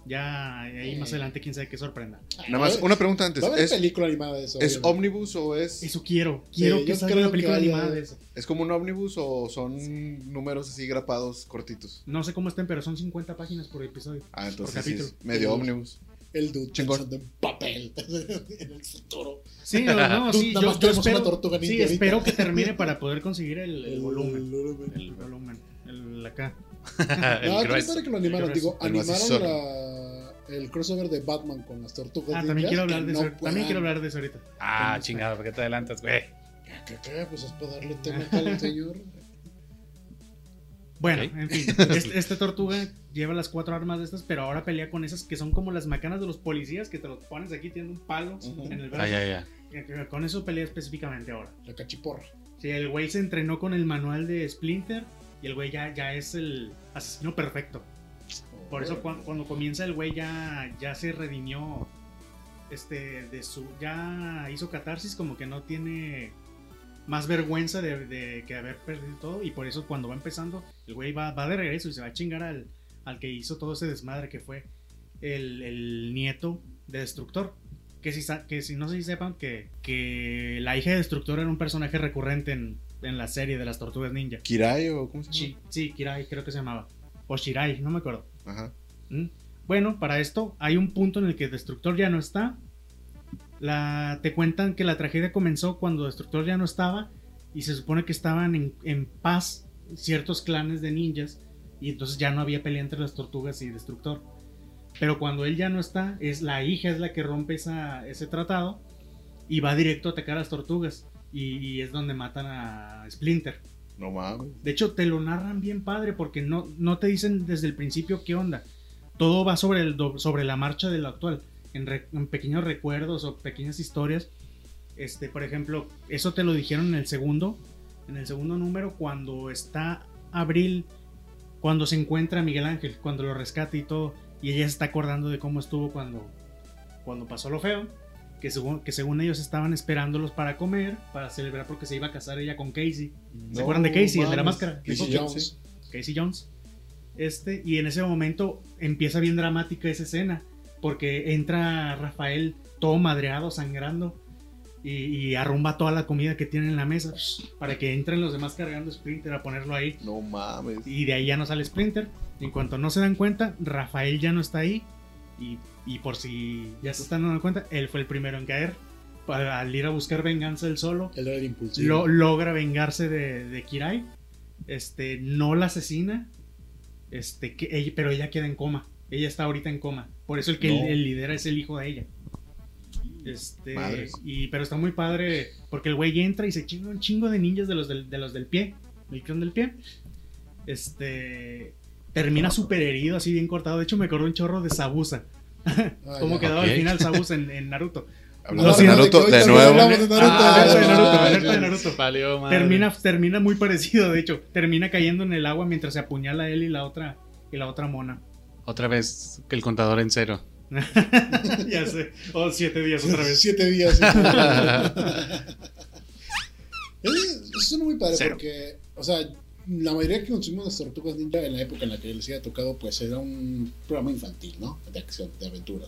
Ya ahí más Eh. adelante, quién sabe qué sorprenda. Nada más, una pregunta antes. ¿Va a haber ¿Es, película animada de eso? ¿Es obviamente? ómnibus o es, Eso quiero, quiero Sí, que yo salga creo una película que haya- animada de eso. es como un ómnibus o son números así grapados cortitos? No sé cómo estén, pero son 50 páginas por episodio. Ah, entonces Por sí, capítulo. es medio ómnibus. El dude Chingón. pensando en papel en el futuro. Sí, no, no, sí, Nada yo, más yo tenemos espero, una tortuga ninja sí, ahorita. espero que termine para poder conseguir el, el volumen. volumen. El volumen, el acá. El no, grueso. que lo animaron. El Digo, Ah, El animaron macizo. la- el crossover de Batman con las tortugas. Ah, también ninjas, quiero hablar que de no eso. También puedan- quiero hablar de eso ahorita. Ah, chingado, ¿por qué te adelantas, güey? Que- que, Pues es para darle tema al señor. Bueno, Ok. en fin, est- esta, tortuga lleva las cuatro armas de estas, pero ahora pelea con esas que son como las macanas de los policías que te los pones aquí, tiene un palo Ujú. en el Ah, brazo. ya, ya. Eh, Con eso pelea específicamente ahora. La cachiporra. Sí, el güey se entrenó con el manual de Splinter y el güey ya, ya es el asesino perfecto. Por eso cuan- cuando comienza el güey ya, ya se redimió. Este, de su. Ya hizo catarsis, como que no tiene más vergüenza de, de que haber perdido todo. Y por eso cuando va empezando, el güey va, va de regreso y se va a chingar al, al que hizo todo ese desmadre que fue el, el nieto de Destructor. Que si, sa- que si no se sepan que, que la hija de Destructor era un personaje recurrente en, en la serie de las tortugas ninja. ¿Kirai o cómo se llama? Chi- sí, Kirai creo que se llamaba. O Shirai, no me acuerdo. Ajá. ¿Mm? Bueno, para esto hay un punto en el que Destructor ya no está. La, te cuentan que la tragedia comenzó cuando Destructor ya no estaba y se supone que estaban en, en paz ciertos clanes de ninjas y entonces ya no había pelea entre las tortugas y Destructor. Pero cuando él ya no está, es la hija es la que rompe esa- ese tratado y va directo a atacar a las tortugas y- y es donde matan a Splinter. No mames. De hecho, te lo narran bien padre porque no, no te dicen desde el principio qué onda. Todo va sobre, el, do- sobre la marcha de lo actual, en, re- en pequeños recuerdos o pequeñas historias. Este, por ejemplo, eso te lo dijeron en el segundo, en el segundo número, cuando está Abril, cuando se encuentra a Miguel Ángel, cuando lo rescata y todo, y ella se está acordando de cómo estuvo cuando, cuando pasó lo feo, que según, que según ellos estaban esperándolos para comer, para celebrar porque se iba a casar ella con Casey. ¿Se acuerdan de Casey, el de la máscara? Casey Dijo que Jones. Casey Jones. Este, y en ese momento empieza bien dramática esa escena, porque entra Rafael todo madreado, sangrando, y, y arrumba toda la comida que tiene en la mesa para que entren los demás cargando Splinter a ponerlo ahí. No mames. Y de ahí ya no sale Splinter. En cuanto no se dan cuenta, Rafael ya no está ahí. Y, y por si ya se están dando cuenta, él fue el primero en caer. Para, al ir a buscar venganza él solo, El era el impulsivo. lo, logra vengarse de, de Kirai. Este, no la asesina. Este, que ella- pero ella queda en coma. Ella está ahorita en coma. Por eso el que No. el, el lidera es el hijo de ella. Este, Madres. y, pero está muy padre porque el güey entra y se chinga un chingo de ninjas de los del, de los del pie, del clon del pie. Este, termina súper herido, así bien cortado. De hecho, me acordó un chorro de Sabusa. Ah, ¿Cómo ya. quedaba Ok. al final Sabusa en, en Naruto? Hablando Lo de siento, Naruto, que de ahorita nuevo. hablamos de Naruto. Ah, alerta de Naruto, Ay, alerta de Dios. Naruto. Valió madre. termina, termina muy parecido, de hecho. Termina cayendo en el agua mientras se apuñala él y la otra, y la otra mona. Otra vez que el contador en cero. ya sé. O siete días otra vez. Siete días. Eh, es, es uno muy padre Cero. porque, o sea, la mayoría que consumimos las tortugas ninja en la época en la que les había tocado, pues era un programa infantil, ¿no? De acción, de aventura.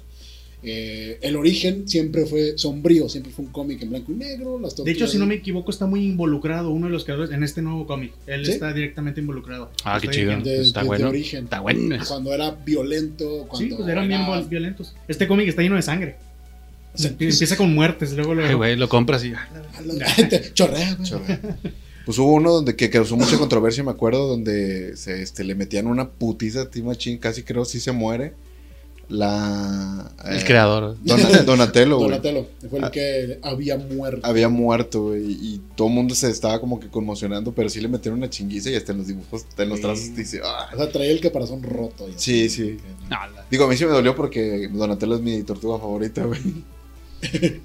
Eh, el origen siempre fue sombrío, siempre fue un cómic en blanco y negro. Las tortugas De hecho, si no me equivoco, está muy involucrado uno de los creadores en este nuevo cómic. Él ¿Sí? está directamente involucrado. Ah, qué Está chido. dirigiendo. de, Está de- de bueno. origen. Está bueno. Cuando era violento, cuando Sí, pues eran bien era- vol- violentos. Este cómic está lleno de sangre. o sea, Empieza con muertes, luego Ay, luego. güey, lo compras y. a la- te- Chorrea, güey. Chorrea. Pues hubo uno donde que causó mucha controversia, me acuerdo, donde se este, le metían una putiza a Tim Machine, casi creo si se muere. La. El eh, creador. Dona- Donatello, güey. Donatello fue el Ah. que había muerto. Había muerto, güey, y todo el mundo se estaba como que conmocionando, pero sí le metieron una chinguiza y hasta en los dibujos, hasta en los Sí. trazos dice, "Ah". O sea, traía el caparazón roto. ya. Sí, sí. Ah, No, Ah, la- Digo, a mí sí me dolió porque Donatello es mi tortuga favorita, güey.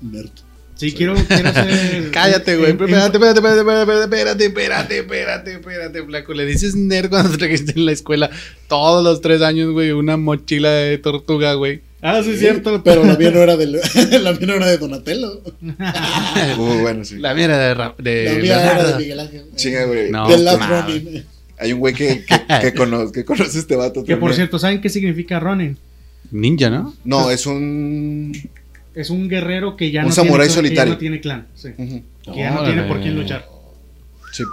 Nerd. Sí, quiero, quiero hacer. Cállate, güey. en- en- Espérate, espérate, espérate, espérate, espérate, espérate, espérate, espérate, flaco. Le dices nerd cuando trajiste en la escuela todos los tres años, güey, una mochila de tortuga, güey. Ah, sí, es cierto. Pero la mía no era de, la mía no era de Donatello. Muy bueno, sí. La mierda de, Ra- de La mía Leonardo. era de Miguel Ángel. Eh, Eh, Chinga, güey. No, Del Last mames. Ronin. Hay un güey que, que, que cono- que conoce a este vato. Que por también. cierto, ¿saben qué significa Ronin? Ninja, ¿no? No, es un. Es un guerrero que ya, Un no, samurái tiene, clan- que ya solitario. no tiene clan. sí. Ujú, Que ya no tiene por quién Órale. luchar. Sí,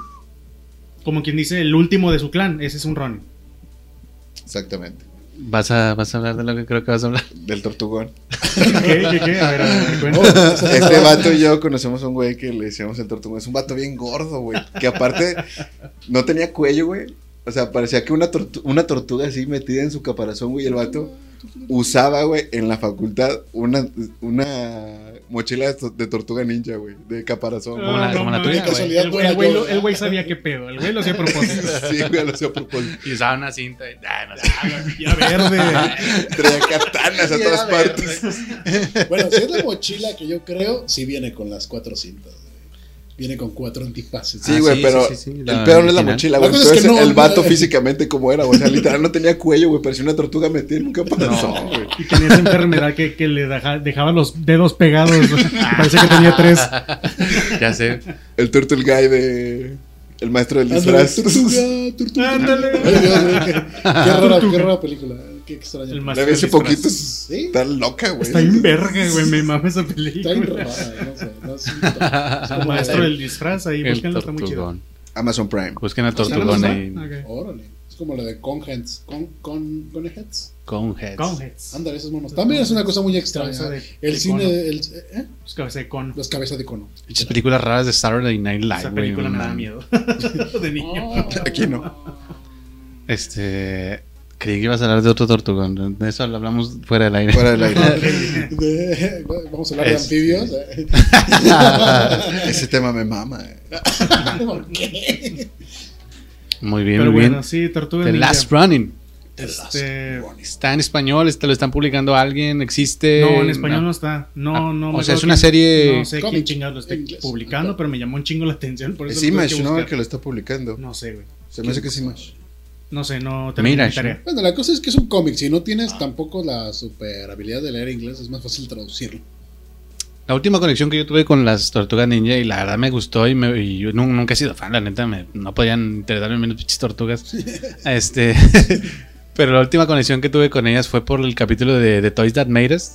Como quien dice, el último de su clan, ese es un Ronin. exactamente. ¿Vas a, vas a hablar de lo que creo que vas a hablar. Del tortugón. ¿Qué? ¿Qué? ¿Qué? A ver, a ver, Oh, cuenta. Este vato y yo conocemos a un güey que le decíamos el tortugón. Es un vato bien gordo, güey. Que aparte no tenía cuello, güey. O sea, parecía que una, tortu- una tortuga así metida en su caparazón, güey. El vato usaba, güey, en la facultad una, una mochila de to- de tortuga ninja, güey. De caparazón. Como la- No, como la no, tuya, no, güey. Casualidad, El güey- no el güey era lo- yo. el güey sabía qué pedo. El güey lo hacía a propósito. Sí, güey, lo hacía a propósito. Y usaba una cinta. Y, ah, no sé. Ya verde. Traía katanas a Sí, todas era verde. partes. Bueno, si es la mochila que yo creo, sí viene con las cuatro cintas. güey. Viene con cuatro antifaces. Sí, Ah, güey, sí, pero sí, sí, sí, la el peor no es la original. mochila, La güey. cosa es Entonces, que no- el vato no- físicamente como era, güey. O sea, literal no tenía cuello, güey. Parecía una tortuga metida en un caparazón, No. güey. Y tenía esa enfermedad que, que le deja- dejaba los dedos pegados. Parece que tenía tres. Ya sé. El Turtle Guy de... El maestro del Ándale, disfraz. tortuga, tortuga. Ay, Ándale. Dios, güey, qué, qué rara, qué rara película. Qué extraña. El La maestro vi hace del disfraz. poquito. Sí. Está loca, güey. Está en verga, güey. Me mama esa Está bien película. rara, no sé. No sé es El como maestro la- del disfraz ahí. El Búsquenlo, está muy chido. tortugón. Amazon Prime. Busquen a ¿Está en tortugón Amazon? ahí. Ok. Órale. Es como la de Conheads. Con, con, Coneheads. Coneheads. Conheads. Ándale, esos monos. También es una cosa muy extraña. Cabeza de- el de cine. cono. El, ¿eh? Pues cabeza de cono. Las cabezas de cono. Muchas películas raras de Saturday Night Live. Esa güey, película no me da mames. miedo. De niño. Oh. Aquí no. Este. Creí que ibas a hablar de otro tortugón. De eso lo hablamos fuera del aire. Fuera del aire. De- vamos a hablar de Este. anfibios. ¿eh? Ah, Ese tema me mama. eh. ¿Por qué? Muy bien, Pero muy bien. bueno, sí, Tortuga The Ninja. Last Running. Este, Está en español, está, lo están publicando alguien, existe. No, en español no está. No, no. Eh, Ah, o me sea, acuerdo es una quién- serie- No sé quién Cómic. chingado lo esté En inglés. publicando, pero me llamó un chingo la atención. Por eso Es lo tuve que Image, ¿no? buscar. El que lo está publicando. No sé, güey. Se me hace que es Image. No sé, no terminé Mira, mi tarea. Bueno, la cosa es que es un cómic. Si no tienes tampoco la super habilidad de leer inglés, es más fácil traducirlo. La última conexión que yo tuve con las Tortugas Ninja y la verdad me gustó y, me- y yo nu- nunca he sido fan, la neta, me- no podían interesarme menos pinches tortugas. este, pero la última conexión que tuve con ellas fue por el capítulo de, de Toys That Made Us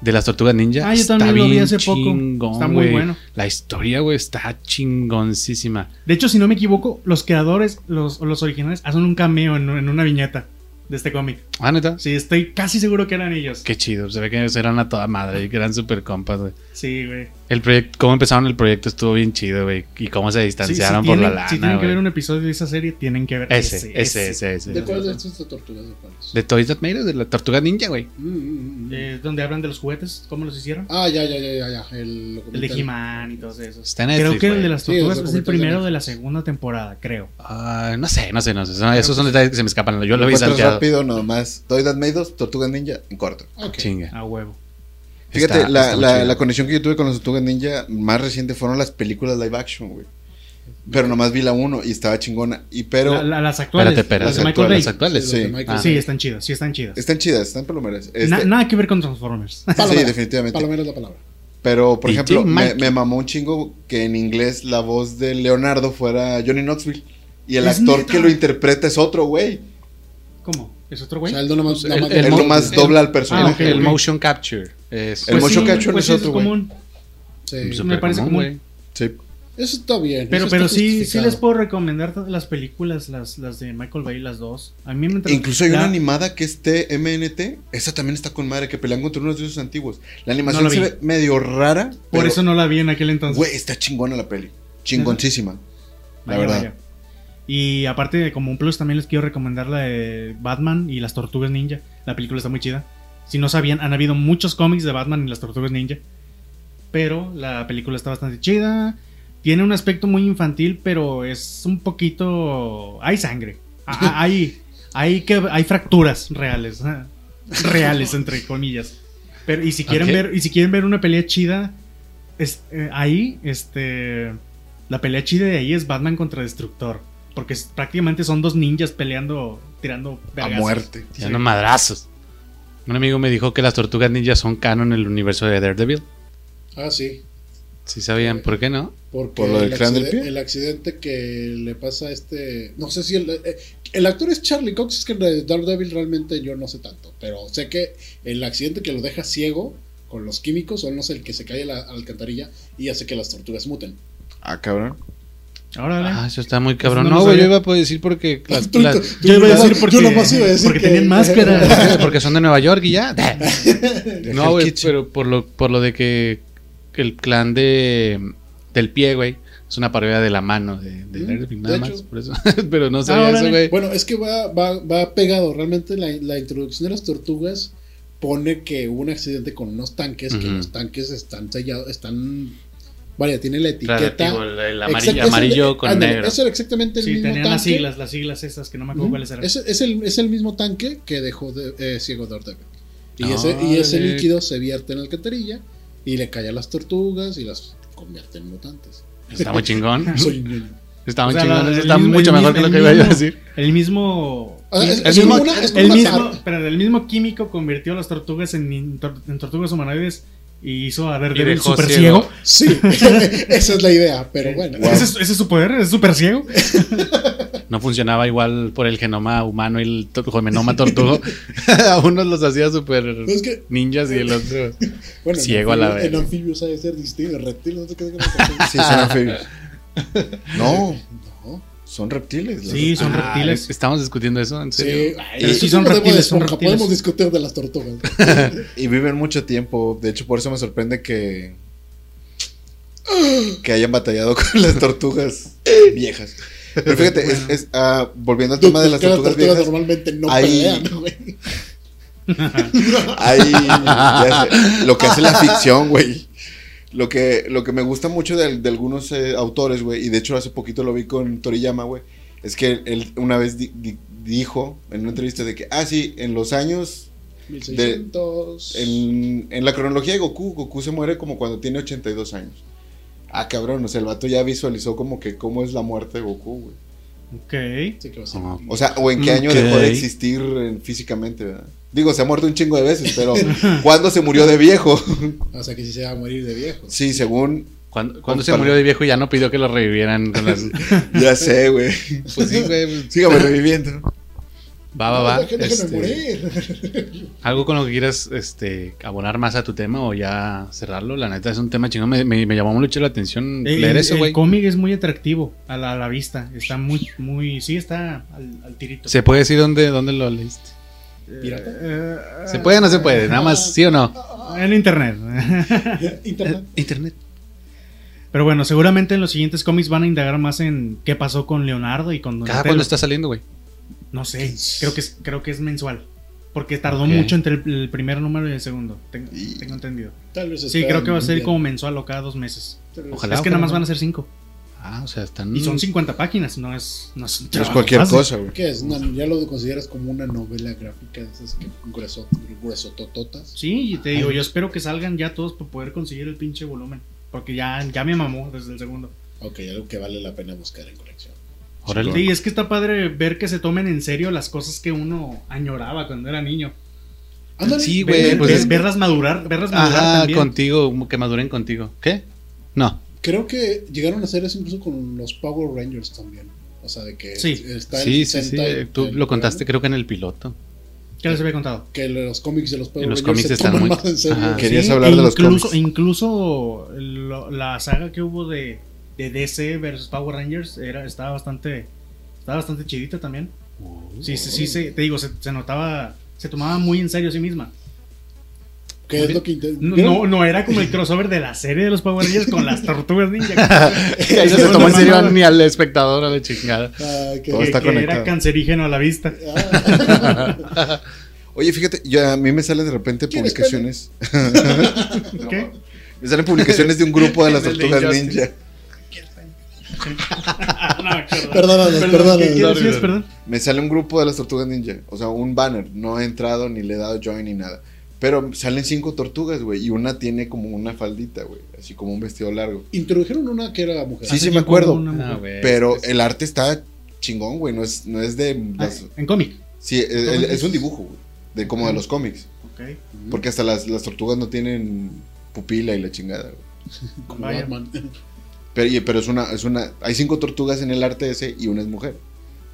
de las Tortugas Ninja. Ah, yo Está también lo vi bien hace poco. chingón, Está muy güey. bueno. La historia, güey, está chingoncísima. De hecho, si no me equivoco, los creadores, los, los originales, hacen un cameo en, en una viñeta de este cómic. Ah, neta. Sí, estoy casi seguro que eran ellos. Qué chido, se ve que eran a toda madre y que eran super compas, güey. Sí, güey. El proyecto, cómo empezaron el proyecto estuvo bien chido, güey. Y cómo se Sí, si distanciaron por tienen, la lana. si tienen que güey. ver un episodio de esa serie, tienen que ver ese, ese, ese, ese. ¿De ese. cuál de estas tortugas? ¿De cuáles? De Toys That Made Us, de la Tortuga Ninja, güey. Mm, mm, mm. Eh, donde hablan de los juguetes, cómo los hicieron. Ah, ya, ya, ya, ya. ya. El, el documental. de He-Man y todos esos. Está en Creo Netflix, que el güey. de las Sí, los tortugas es el documentales de primero de la Netflix. segunda temporada, creo. Ah, no sé, no sé, no sé. Son- esos son detalles que se me escapan. Yo lo vi Encuentras salteado. rápido nomás. Toy That Made Us, Tortuga Ninja, en corto. Ok. Chinga. A huevo. Fíjate, Está- la, está muy la- chido. la conexión que yo tuve con los Tortugas Ninja más reciente fueron las películas live action, güey. Pero nomás vi la uno y estaba chingona. Y pero La- la- las actuales. Espérate, espérate, las de las Michael Las Bay. actuales. Sí, los sí. de Michael Ah. Sí, Bay. están chidas, sí están chidas. están chidas, están palomeras. Este, Na- nada que ver con Transformers. Palomera. sí, definitivamente. Palomera es la palabra. Pero, por Y ejemplo, Jim me, Mike. me mamó un chingo que en inglés la voz de Leonardo fuera Johnny Knoxville. Y el Es actor neta. que lo interpreta es otro, güey. ¿Cómo? ¿Es otro O güey? sea, el nomás, El- el Él mo- nomás el- dobla al Ah, personaje. ok, El ok. güey. motion capture. Es El motion capture pues es sí, otro, güey. común. Sí. súper me parece común, común. güey. Sí. Eso está bien. Pero, eso pero está sí, sí justificado. les puedo recomendar todas las películas, las, las de Michael Bay, las dos. A mí me entre- Incluso hay la- una animada que es TMNT. Esa también está con madre, que pelean contra unos dioses antiguos. La animación No la se vi. ve medio rara. Por pero, eso no la vi en aquel entonces. Güey, está chingona la peli. Chingoncísima. La Vaya, verdad. vaya. Y aparte, de como un plus, también les quiero recomendar la de Batman y las Tortugas Ninja. La película está muy chida. Si no sabían, han habido muchos cómics de Batman y las Tortugas Ninja. Pero la película está bastante chida. Tiene un aspecto muy infantil, pero es un poquito... Hay sangre. A- a- Hay, hay, que, hay fracturas reales. Reales, entre comillas. Pero, y, si quieren Ok. ver, y si quieren ver una pelea chida, es- eh, ahí, este... La pelea chida de ahí es Batman contra Destructor. Porque es- prácticamente son dos ninjas peleando, tirando A vergazos. muerte. Ya no madrazos. Un amigo me dijo que las tortugas ninjas son canon en el universo de Daredevil. Ah, sí. Si sabían por qué no. Porque ¿Por lo del el, clan del accide- pie? el accidente que le pasa a este. No sé si el, eh, el actor es Charlie Cox, es que de Daredevil realmente yo no sé tanto. Pero sé que el accidente que lo deja ciego con los químicos o no sé, el que se cae a la, a la alcantarilla y hace que las tortugas muten. Ah, cabrón. Órale. Ah, eso está muy cabrón. Pues no No, lo güey, yo sabía. iba a decir porque. las- Tú- las- tú- tú yo iba a nomás- decir porque- yo nomás iba a decir porque que- tenían máscara. porque son de Nueva York y ya. No, güey, Kitchen. pero por lo, por lo de que el clan de del pie, güey, es una parodia de la mano de, de Mm, Daredevil, de nada más. hecho. Por eso. pero no sabía eso, órale. güey. Bueno, es que va, va, va pegado. Realmente la, la introducción de las tortugas pone que hubo un accidente con unos tanques, que Ujú. los tanques están sellados, están... Vaya, tiene la etiqueta. Relativo, el, el amarillo, Exacto, es el- amarillo con ándale, negro. Es el- exactamente el Sí, mismo tenían tanque. las siglas, las siglas esas que no me acuerdo Ujú. cuáles eran. es, es el, es el mismo tanque que dejó de, eh, ciego Daredevil. Y, ese, y Órale. ese líquido se vierte en la alcantarilla y le cae a las tortugas y las convierte en mutantes. Está muy chingón. Soy un ñoño. Está muy O sea, chingón. eso la- el está mismo- mucho el mejor que mismo- lo que el iba yo a mismo- decir. El mismo. O Es- sea, Ah, es- es es como mismo- una- es como El una mismo, zar- pero el mismo químico convirtió a las tortugas en, in- tor- en tortugas humanoides y hizo a Y Daredevil dejó super ciego. ciego. Sí, esa es la idea, pero bueno. Wow. ¿Ese, es, ese es su poder, es super ciego. No funcionaba igual por el genoma humano y el to- genoma tortugo. a unos los hacía súper Es que ninjas y el otro. Bueno, Ciego a en la anfibio- vez. En anfibios ha de ser distinto, en reptiles, no sé qué. Sí, son anfibios. No, No. son reptiles. los Sí, son Ah, reptiles. Estamos discutiendo eso, en serio. Sí, ay, Pero esto sí es son un tema de reptiles, son esponja, reptiles. Podemos discutir de las tortugas. Y viven mucho tiempo. De hecho, por eso me sorprende que. que hayan batallado con las tortugas viejas. Pero fíjate, es, es, ah, volviendo al tema de las Que tortugas viejas, normalmente no ahí- pelean, güey. hay ya sé, lo que hace la ficción, güey. Lo que, lo que me gusta mucho de, de algunos eh, autores, güey, y de hecho hace poquito lo vi con Toriyama, güey, es que él una vez di- di- dijo en una entrevista de que, ah, sí, en los años 1600. En, en la cronología de Goku, Goku se muere como cuando tiene 82 años. Ah, cabrón, o sea, el vato ya visualizó como que cómo es la muerte de Goku, güey. Ok. Sí, que va a ser. No. O sea, o en qué año Ok. dejó de existir eh, físicamente, ¿verdad? Digo, se ha muerto un chingo de veces, pero ¿cuándo se murió de viejo? O sea, que si se va a morir de viejo. sí, según. Cuando, cuando se Ojalá. murió de viejo ya no pidió que lo revivieran con las. Ya sé, güey. Pues sí, güey. Sígame reviviendo. Ah, Va, va, No, va. dejen- déjenme Este, morir. algo con lo que quieras este, abonar más a tu tema o ya cerrarlo. La neta es un tema chingón. Me, me- me llamó mucho la atención Eh, El, leer eso, el güey. cómic es muy atractivo a la, a la vista. Está muy, muy. Sí, está al, al tirito. ¿Se puede decir dónde, dónde lo leíste? Eh, pirata? eh, ¿Se puede o no se puede? Nada más, ¿sí o no? En internet. Internet. Internet. Pero bueno, seguramente en los siguientes cómics van a indagar más en qué pasó con Leonardo y Cada con Donatello. Ah, cuando está saliendo, güey. No sé, creo que es, creo que es mensual. Porque tardó Ok. mucho entre el, el primer número y el segundo. Tengo, Y- tengo entendido. Tal vez Sí, esperan creo que va a un ser día. como mensual o cada dos meses. Tal vez- Ojalá. es que nada más ojalá. van a ser cinco. Ah, o sea, están. Y son 50 páginas, no es. No es, un No es trabajo cualquier fácil. cosa, güey. ¿Qué es? Una- ya lo consideras como una novela gráfica de esas que grueso, grueso tototas. Sí, y te digo, yo espero que salgan ya todos para poder conseguir el pinche volumen. Porque ya, ya me mamó desde el segundo. Ok, algo que vale la pena buscar en colección. Órale. Sí, es que está padre ver que se tomen en serio las cosas que uno añoraba cuando era niño. Ándale. Sí, Ver- güey. ver- Pues ver- es- verlas madurar, verlas madurar Ajá, también. contigo, que maduren contigo. ¿Qué? No. Creo que llegaron a hacer eso incluso con los Power Rangers también. O sea, de que Sí. está el Sí, sí, sí. Sentai, eh, Tú el- lo contaste, creo que en el piloto. Ya les había contado. Que los cómics de los Power En los Rangers cómics se están toman muy- más en serio. Ajá. Que- Querías Sí, hablar de los incluso, cómics. Incluso lo- la saga que hubo de, de DC versus Power Rangers era, estaba bastante estaba bastante chidita también. Sí, sí, sí, se- te digo, se, se notaba, se tomaba muy en serio a sí misma. Que es lo que intent- No, ¿Vieron? no, no era como el crossover de la serie de los Power Rangers con las tortugas Ah, ninja. Ahí no se tomó en serio ni al espectador a la chingada. Ah, que- Todo que, está que era conectado. cancerígeno a la vista. Ah, Oye, fíjate, yo- a mí me salen de repente ¿Quieres publicaciones. ¿Qué? Me salen publicaciones de un grupo de las En el de tortugas Injustice. ninja. Ah, no, perdón. Perdónanos, Perdón, perdónanos. ¿qué quieres decir? Perdón. Perdón. Me sale un grupo de las tortugas ninja. O sea, un banner. No he entrado ni le he dado join ni nada. Pero salen cinco tortugas, güey. Y una tiene como una faldita, güey. Así como un vestido largo. Introdujeron una que era mujer. Sí, sí, Hace me tiempo acuerdo. Ah, Ah, una mujer. Pero el arte está chingón, güey. No es, no es de. Ah, las- en cómic. sí, es, es un dibujo, güey. de como de los cómics. Ok. Porque hasta las, las tortugas no tienen pupila y la chingada, güey. Como Vaya. Batman. Pero, y- pero es una, es una. Hay cinco tortugas en el arte ese y una es mujer.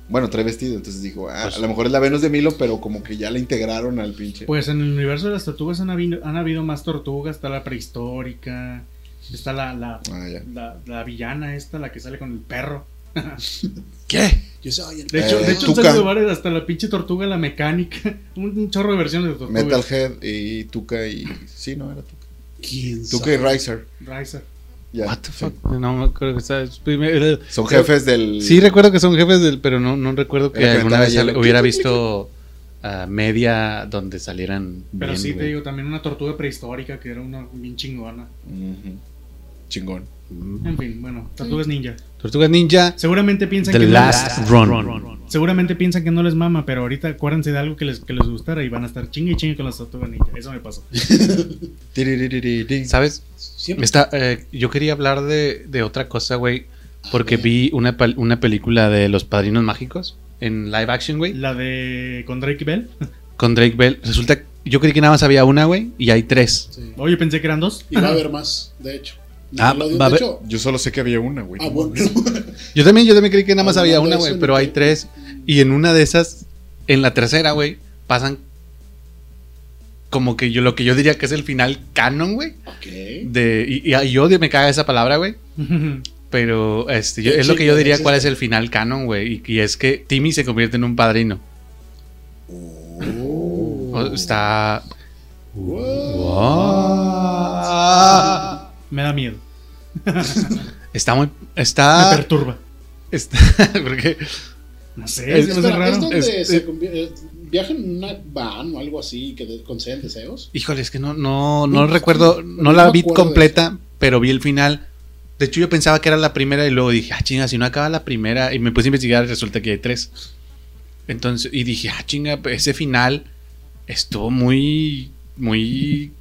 Bueno, trae vestido, entonces dijo, ah, Pues- a lo mejor es la Venus de Milo, pero como que ya la integraron al pinche. Pues en el universo de las tortugas han habido, han habido más tortugas. Está la prehistórica. Está la, la, Ah, ya. la, la villana esta, la que sale con el perro. ¿Qué? Yo soy el De hecho, Eh, de hecho han Tuca. salido varias, hasta la pinche tortuga, la mecánica. Un, un chorro de versiones de tortugas. Metalhead y Tuca y. Sí, no, era Tuca. ¿Quién Tuca y sabe? Riser. Riser. Ya, What the sí. fuck? No me acuerdo que está. es primer- Son jefes del. Sí, recuerdo que son jefes del, pero no, no recuerdo que Era que alguna aventaba vez hielo. hubiera visto a media donde salieran. Pero bien, sí, te güey. digo, también una tortuga prehistórica que era una bien chingona. Ujú. Chingón. Mm. En fin, bueno, tortugas ninja. Tortugas Ninja, Seguramente piensan The que no- Last Run. Seguramente piensan que no les mama, pero ahorita acuérdense de algo que les, que les gustara y van a estar chingue y chingue con las tortugas ninja. Eso me pasó. Tiriririrí. ¿Sabes? Siempre. Está, eh, yo quería hablar de, de otra cosa, güey, porque vi una, pal- una película de Los Padrinos Mágicos en live action, güey, La de con Drake Bell. con Drake Bell. Resulta, yo creí que nada más había una, güey, y hay tres. Sí. Oye, pensé que eran dos. Y va a haber más, de hecho. Ah, Nickelodeon, va a de haber- hecho, Yo solo sé que había una, güey. ah, bueno. Yo también, yo también creí que nada más había una, Hablando de eso, güey, ni pero hay que- tres. Y en una de esas, en la tercera, güey, pasan como que yo lo que yo diría que es el final canon, güey. ok. De, y, y- y yo me caga esa palabra, güey. Pero este, yo- Qué es lo que yo chingón diría es cuál es el final canon, güey. Y, y es que Timmy se convierte en un padrino. O- Oh. Está. What? Me da miedo. Está muy. Me Está. perturba. está porque No sé, se me hace Espera, ¿Es raro. donde Es- se es- convier- eh, viajan en una van o algo así que de- conceden deseos? Híjole, es que no, no, no No, recuerdo. sí, No no la me vi acuerdo de completa, pero vi el final. De hecho, yo pensaba que era la primera y luego dije, ah, chinga, si no acaba la primera. Y me puse a investigar y resulta que hay tres. Entonces, y dije, ah, chinga, ese final estuvo muy, muy.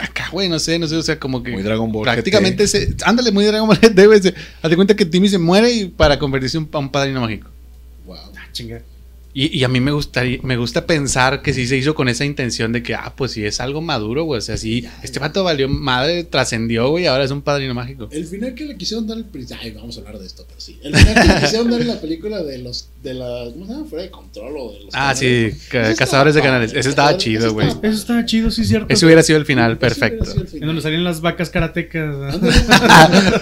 Acá, güey, no sé, no sé, o sea, como que. Muy Dragon Ball. prácticamente se. Ándale, muy Dragon Ball GT, güey. se- Haz de cuenta que Timmy se muere y para convertirse en un, a un padrino mágico. Wow. Ah, chinga. Y, y a mí me gustaría, me gusta pensar que sí se hizo con esa intención de que, ah, pues sí es algo maduro, güey. O sea, sí, este vato valió madre, trascendió, güey, ahora es un padrino mágico. El final que le quisieron dar al principio. Ay, vamos a hablar de esto, pero sí. El final que le quisieron dar en la película de los. De la, ¿Cómo se llama? Fuera de control o de los. Ah, sí, canales. ca- Ese estaba cazadores de padre, canales. Ese cazadores- estaba ese chido, güey. estaba- Eso estaba chido, sí, cierto. Ese hubiera sido el final, Ese hubiera perfecto. sido el En donde final. salían las vacas karatecas.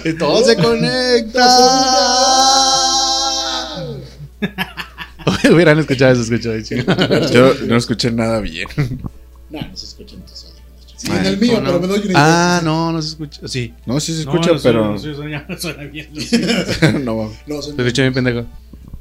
Y todo se conecta. Hubieran escuchado eso, escuchado eso. Yo no escuché nada bien. No, no se escucha entonces. ah, no se escucha. Sí, Ay, en el mío, Oh, no. pero me doy una idea. Ah, no, no se escucha. Sí, No, sí se No, escucha, no sé, pero. no sé, suena, suena bien. no sé. no, No, son- se escucha bien pendejo.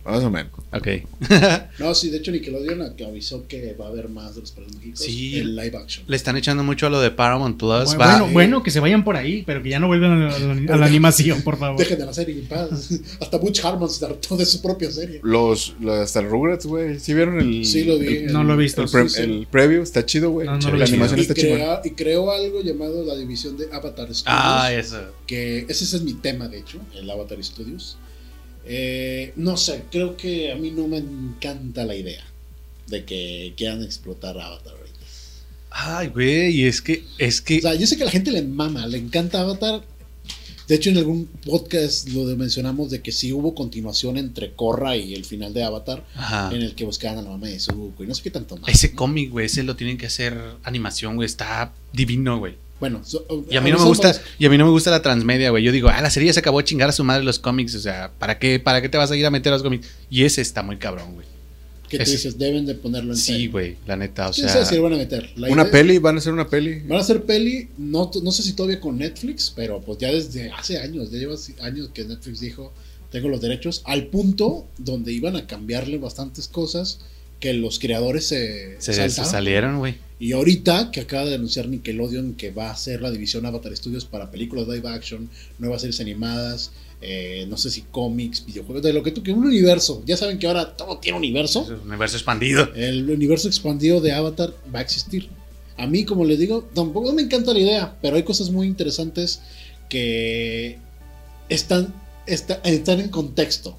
más o menos. Ok. no, sí, de hecho Nickelodeon a- que avisó que va a haber más de los Padrinos Mágicos Sí. en live action. Le están echando mucho a lo de Paramount Plus. Bueno, Pues va- bueno, bueno, que se vayan por ahí, pero que ya no vuelvan a la, a la- a la animación, por favor. Dejen de la serie en paz. Hasta Butch Harmon se hartó de su propia serie. Los, los- hasta el Rugrats, güey. ¿Sí vieron el. Sí, lo vi. El, No lo he visto. el pre- Sí, sí. el preview está chido, güey. No, no la lo he visto. animación Y, está chingona. crea- y creó algo llamado la división de Avatar Studios. Ah, eso. que ese es mi tema, de hecho, el Avatar Studios. Eh, no sé, creo que a mí no me encanta la idea de que quieran explotar Avatar ahorita. Ay, güey, y es que, es O que. sea, yo sé que a la gente le mama, le encanta Avatar. De hecho, en algún podcast lo de- mencionamos de que sí hubo continuación entre Korra y el final de Avatar, Ajá. en el que buscaban a la mamá de Zuko y no sé qué tanto más. Ese cómic, güey, ese lo tienen que hacer animación, güey. Está divino, güey. Bueno, so- Y a mí no me son gusta, varios- y a mí no me gusta la transmedia, güey. Yo digo, ah, la serie ya se acabó de chingar a su madre los cómics. O sea, ¿para qué, para qué te vas a ir a meter a los cómics? Y ese está muy cabrón, güey. ¿Qué te ese- dices? Deben de ponerlo en Sí, serie. güey, la neta, o ¿Quién sea. sabe si lo van a meter? La Una idea- peli, van a hacer una peli. Van a hacer peli, no, t- no sé si todavía con Netflix, pero pues ya desde hace años, ya lleva así- años que Netflix dijo, tengo los derechos, al punto donde iban a cambiarle bastantes cosas que los creadores se, Se, se saltaron. salieron, güey. Y ahorita que acaba de anunciar Nickelodeon que va a hacer la división Avatar Studios para películas live action, nuevas series animadas, eh, no sé si cómics, videojuegos, de lo que tú quieras, un universo. Ya saben que ahora todo tiene universo. Es un Universo expandido. El universo expandido de Avatar va a existir. A mí, como les digo, tampoco me encanta la idea, pero hay cosas muy interesantes que están, está- están en contexto.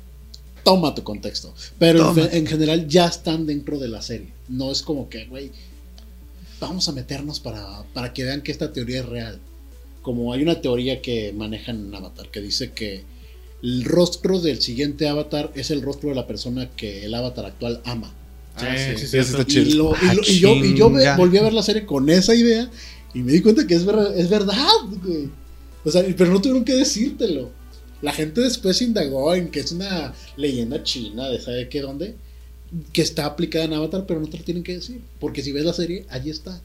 Toma tu contexto. Pero en, Toma. fe- en general ya están dentro de la serie. No es como que, güey, vamos a meternos para, para que vean que esta teoría es real. Como hay una teoría que manejan en Avatar que dice que el rostro del siguiente Avatar es el rostro de la persona que el Avatar actual ama. Ah, sí, sí, sí, sí. eso está Y, chido. lo- Ah, y lo- y yo, y yo me- volví a ver la serie con esa idea y me di cuenta que es, ver- es verdad, güey. O sea, pero no tuvieron que decírtelo. La gente después indagó en que es una leyenda china de sabe qué dónde, que está aplicada en Avatar, pero no te lo tienen que decir. Porque si ves la serie, allí está.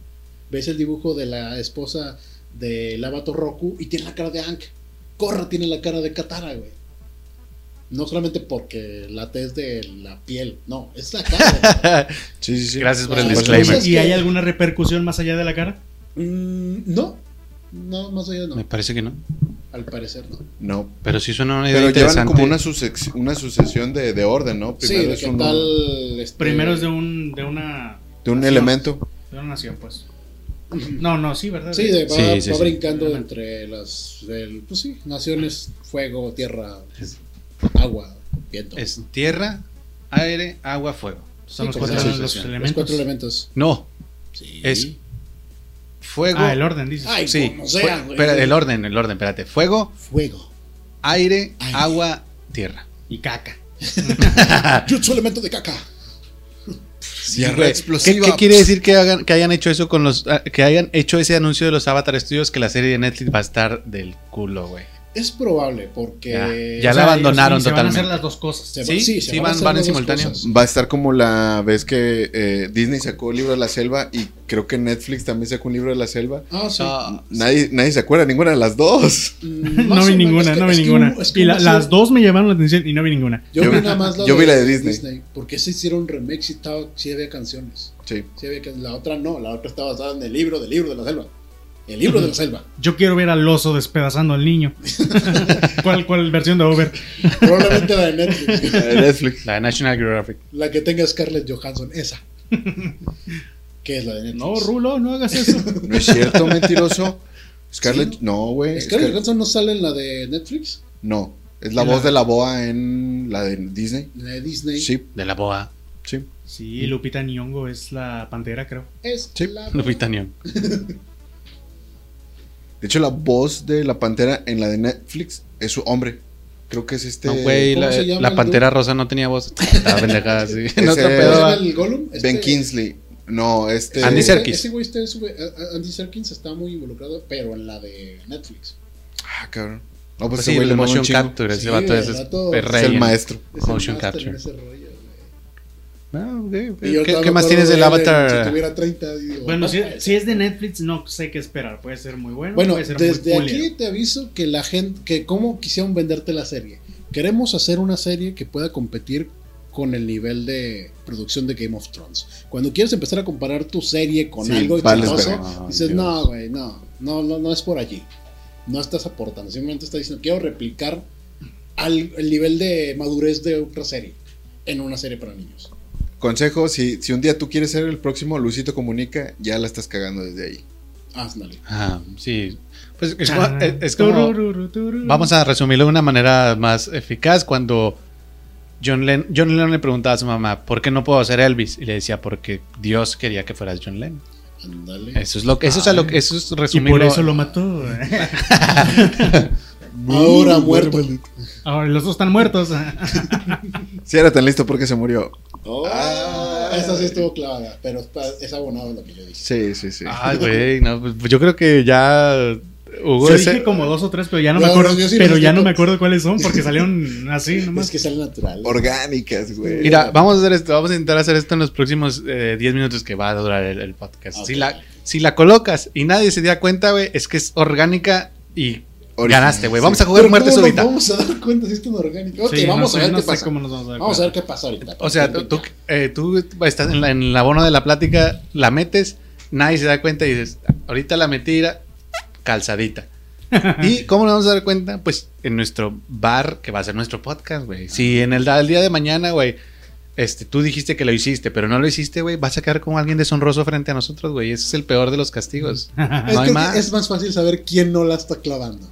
Ves el dibujo de la esposa del Avatar Roku y tiene la cara de Ank. Korra tiene la cara de Katara, güey. No solamente porque la tez de la piel, no, es la cara. güey. Sí, sí, sí. Gracias por el Ah, disclaimer. entonces- ¿Y hay alguna repercusión más allá de la cara? Mm, no, no, más allá Me no. parece que no. Al parecer no. No. Pero sí suena una idea Pero llevan interesante. como una, sucec- una sucesión de, de orden, ¿no? sí, de es que un, tal. este, Primero es de un de una de un elemento. de una nación, pues. No, no, sí, ¿verdad? Sí, de- va, Sí, sí, va sí. brincando entre las. del- pues sí, naciones, fuego, tierra, Es- agua, viento. Es tierra, aire, agua, fuego. Son los Sí, cuatro sí, sí, los sí. Los elementos. cuatro elementos. No, Sí. es fuego. Ah, el orden, dices. Ay, Sí, como sea, fue- güey. espera, el orden, el orden, espérate. Fuego, Fuego. aire, Aire. agua, tierra. Y caca. Ah. Jutsu elemento de caca. Tierra Güey, explosiva. ¿Qué, qué quiere decir que hagan, que hayan hecho eso con los ah, que hayan hecho ese anuncio de los Avatar Studios que la serie de Netflix va a estar del culo, güey? Es probable porque. Ya O la abandonaron y se van a hacer totalmente. las dos cosas. se va- sí, se sí, a van- hacer van en las dos simultáneo. cosas. Va a estar como la vez que eh, Disney sacó el libro de la selva y creo que Netflix también sacó un libro de la selva. Ah, sí. Ah, Nadie, nadie se acuerda, ninguna de las dos. Mm, No más vi o menos, ninguna, es que- no vi es que ninguna. hubo- es que Y hubo la- así- las dos me llamaron la atención y no vi ninguna. Yo, Yo vi vi- nada más la yo de vi la de Disney. Porque se hicieron remix y estaba, sí había canciones. Sí. Sí había can- La otra no, la otra estaba basada en el libro del libro de la selva. El libro de la selva. Yo quiero ver al oso despedazando al niño. ¿Cuál, cuál versión de Over? Probablemente la de Netflix. la de Netflix. la de National Geographic. La que tenga Scarlett Johansson, esa. ¿Qué es la de Netflix? No, Rulo, no hagas eso. No es cierto, mentiroso. Scarlett, no, güey. Eh, Scarlett Scar- Johansson no sale en la de Netflix, no, es la En voz la- de la boa en la de Disney. la de Disney. Sí, De la boa. sí. Sí, Lupita Nyong'o es la pantera, creo. Es Sí. la- Lupita Nyong'o. De hecho, la voz de la pantera en la de Netflix es su hombre. Creo que es este. No, güey, ¿cómo la, se llama la el pantera rosa no tenía voz. Estaba pendejada así. Ese- No te ¿Cómo se pedo. llama va. el Gollum? ben Este- Kingsley. No, este. Andy este- Serkis. Ese güey está en su- a- a- Andy Serkis está muy involucrado, pero en la de Netflix. Ah, cabrón. No, pues Pues ese sí, güey el le mama un motion chingo. capture. Sí, Ese vato el es, es vato- es Es Es rey el en- maestro. Es el Motion máster en capture. ese rollo, güey. Ah, ok, ok. Y yo ¿Qué, qué todavía me más acuerdo tienes de del él, Avatar? Si tuviera 30, digo, Bueno, si, ah, si es de Netflix, no sé qué esperar. Puede ser muy bueno. bueno puede ser desde muy aquí culero. te aviso que la gente, que cómo quisieron venderte la serie. Queremos hacer una serie que pueda competir con el nivel de producción de Game of Thrones. Cuando quieres empezar a comparar tu serie con Sí, algo vales exitoso, verga. dices, Ay, Dios. no, güey, no, no, no, no es por allí. No estás aportando, simplemente estás diciendo, quiero replicar al, el nivel de madurez de otra serie en una serie para niños. Consejo: si, si un día tú quieres ser el próximo Luisito Comunica, ya la estás cagando desde ahí. Ándale. Ah, sí. Pues Ah, es como- Chan. es- es como Turururu, turururu. Vamos a resumirlo de una manera más eficaz. Cuando John, Len- John Lennon le preguntaba a su mamá, ¿por qué no puedo ser Elvis? Y le decía, porque Dios quería que fueras John Lennon. Ándale. Eso es lo que, eso es a lo que, eso es Ah. Y resumirlo. por eso lo mató. Ahora muerto. Ahora los dos están muertos. Si era tan listo porque se murió. Oh, Ah. esa sí estuvo clavada, pero está- es abonado lo que yo dije. Sí, sí, sí. Ay, güey, no, pues, yo creo que ya Hugo Yo ese- dije como dos o tres, pero ya no me No, acuerdo. no, yo sí pero los ya digo. no me acuerdo cuáles son porque salieron así Es nomás. que sale natural. Orgánicas, güey. Mira, vamos a hacer esto, vamos a intentar hacer esto en los próximos eh, 10 minutos que va a durar el, el podcast. Ok. Si la, si la colocas y nadie se da cuenta, güey, es que es orgánica y Original, ganaste, güey. sí. Vamos a Pero jugar muertes ¿cómo nos ahorita. Vamos a dar cuenta si esto es orgánico. Ok, Sí, no vamos sé- a ver no qué sé pasa. cómo nos vamos a dar Vamos a ver cuenta. qué pasa ahorita. O sea, tú, tú, eh, tú estás en, la- en el abono de la plática, la metes, nadie se da cuenta y dices, ahorita la mentira, calzadita. ¿Y cómo nos vamos a dar cuenta? Pues en nuestro bar, que va a ser nuestro podcast, güey. Si en el, da- el día de mañana, güey, este, tú dijiste que lo hiciste, pero no lo hiciste, güey, vas a quedar como alguien deshonroso frente a nosotros, güey. Ese es el peor de los castigos. Es, No hay creo que más. es más fácil saber quién no la está clavando.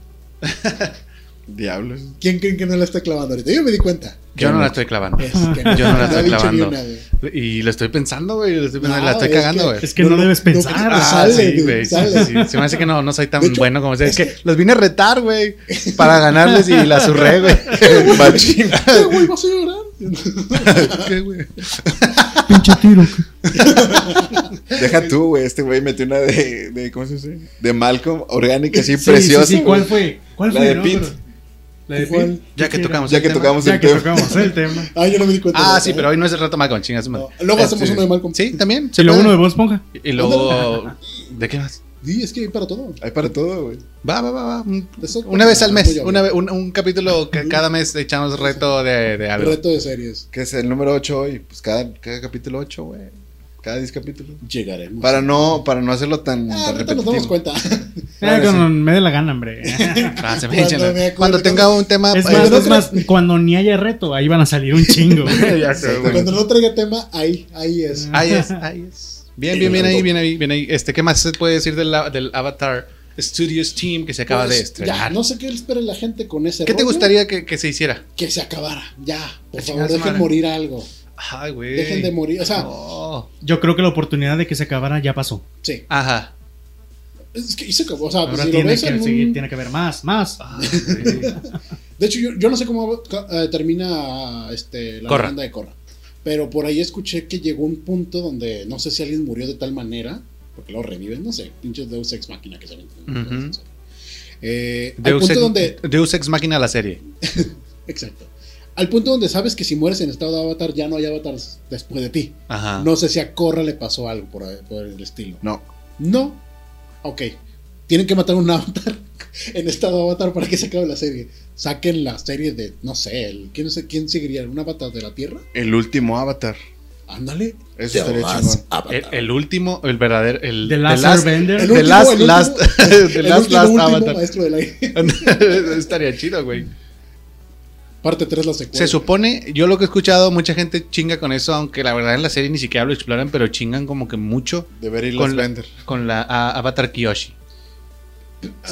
Diablos. ¿Quién creen que no la está clavando ahorita? Yo me di cuenta. Yo no la estoy clavando. Es que Yo no la ha estoy dicho ni clavando. una, güey. Y lo estoy pensando, güey. lo estoy pensando, No, la estoy es cagando, que- güey. Es que no, debes pensar. no, Ah, sale, sí, dude, güey, sí, sale. sí, sí. Se me hace que no, no soy tan De hecho, bueno como sea. Es, es que, los vine a retar, güey. Para ganarles y la surré, güey. Machín. Eh, güey, vas a llorar. ¿Qué, güey? Pinche tiro. Deja tú, güey. Este güey metió una de, de. ¿Cómo se dice? De Malcolm, orgánica, así, Sí, sí, preciosa. sí, güey. ¿Cuál fue? ¿Cuál La fue? de no? Pete. Pero- La de ¿Cuál? Pete. Ya que Sí, tocamos Ya el que tema. tocamos Ya el que tema. tocamos el tema. Ah, yo no me di cuenta. Ah, sí, güey, ¿sabes? pero hoy no es el rato Malcolm, chingas. madre. No, luego hacemos Este, uno de Malcolm. Sí, también. Y se lo puede. uno de Bob Esponja. Y luego. ¿De qué más? Sí, es que hay para todo. Hay para todo, güey. Va, va, va, va. Un- Eso- Una vez al mes. Muy Una, ve- un, un capítulo que cada mes echamos reto de, de algo. Reto de series. Que es el número 8 hoy. Pues cada, cada capítulo 8, güey. Cada 10 capítulos. Llegaremos. Para no, para no hacerlo tan, Ah, tan ahorita nos damos repetitivo. cuenta. Ah, Claro, cuando me dé la gana, hombre. Ah, se me Cuando echen- me Cuando, acuerdo- tenga un tema. Es eh, más, no es más, cuando ni haya reto, ahí van a salir un chingo. ya sé, güey. Cuando no traiga tema, ahí, ahí es. Ahí es, ahí es. Bien, bien, bien ahí, bien ahí, bien ahí. Este, ¿qué más se puede decir del, del Avatar Studios Team que se acaba Pues, de Ya, estrenar? no sé qué espera la gente con ese ¿Qué te rollo. gustaría que, que se hiciera? Que se acabara. Ya, Ah, por favor, chingada dejen madre. morir algo. Ay, güey. Dejen de morir. O sea, No. Yo creo que la oportunidad de que se acabara ya pasó. sí. Ajá. Es que y se acabó. O sea, Ahora Ah, pues si lo tiene, ves que, en seguir- un- Ah, tiene que haber más, más. Ay, güey. De hecho, yo, yo no sé cómo eh, termina este, la Corra. leyenda de Corra. Pero por ahí escuché que llegó un punto donde no sé si alguien murió de tal manera, porque lo reviven, no sé, pinches Deus Ex Máquina que se ven. Ujú. Eh, al Deus, punto Ex, donde. Deus Ex Máquina la serie. Exacto. Al punto donde sabes que si mueres en estado de avatar, ya no hay avatars después de ti. Ajá. No sé si a Corra le pasó algo por, ahí- por el estilo. No. No. Ok. Tienen que matar un avatar en estado avatar para que se acabe la serie. Saquen la serie de, no sé, el- ¿quién, sé- ¿quién seguiría? ¿Un avatar de la Tierra? El último avatar. Ándale. Eso estaría chingón. El, el último, el verdadero. El, De the Lazar last- Bender. The Last, el último. Last, The El Last, último, Last último Avatar. maestro del aire. Estaría chido, güey. Parte 3, la secuela. Se supone, yo lo que he escuchado, mucha gente chinga con eso, aunque la verdad en la serie ni siquiera lo exploran, pero chingan como que mucho De Very Last con la, Bender. con la a- Avatar Kiyoshi.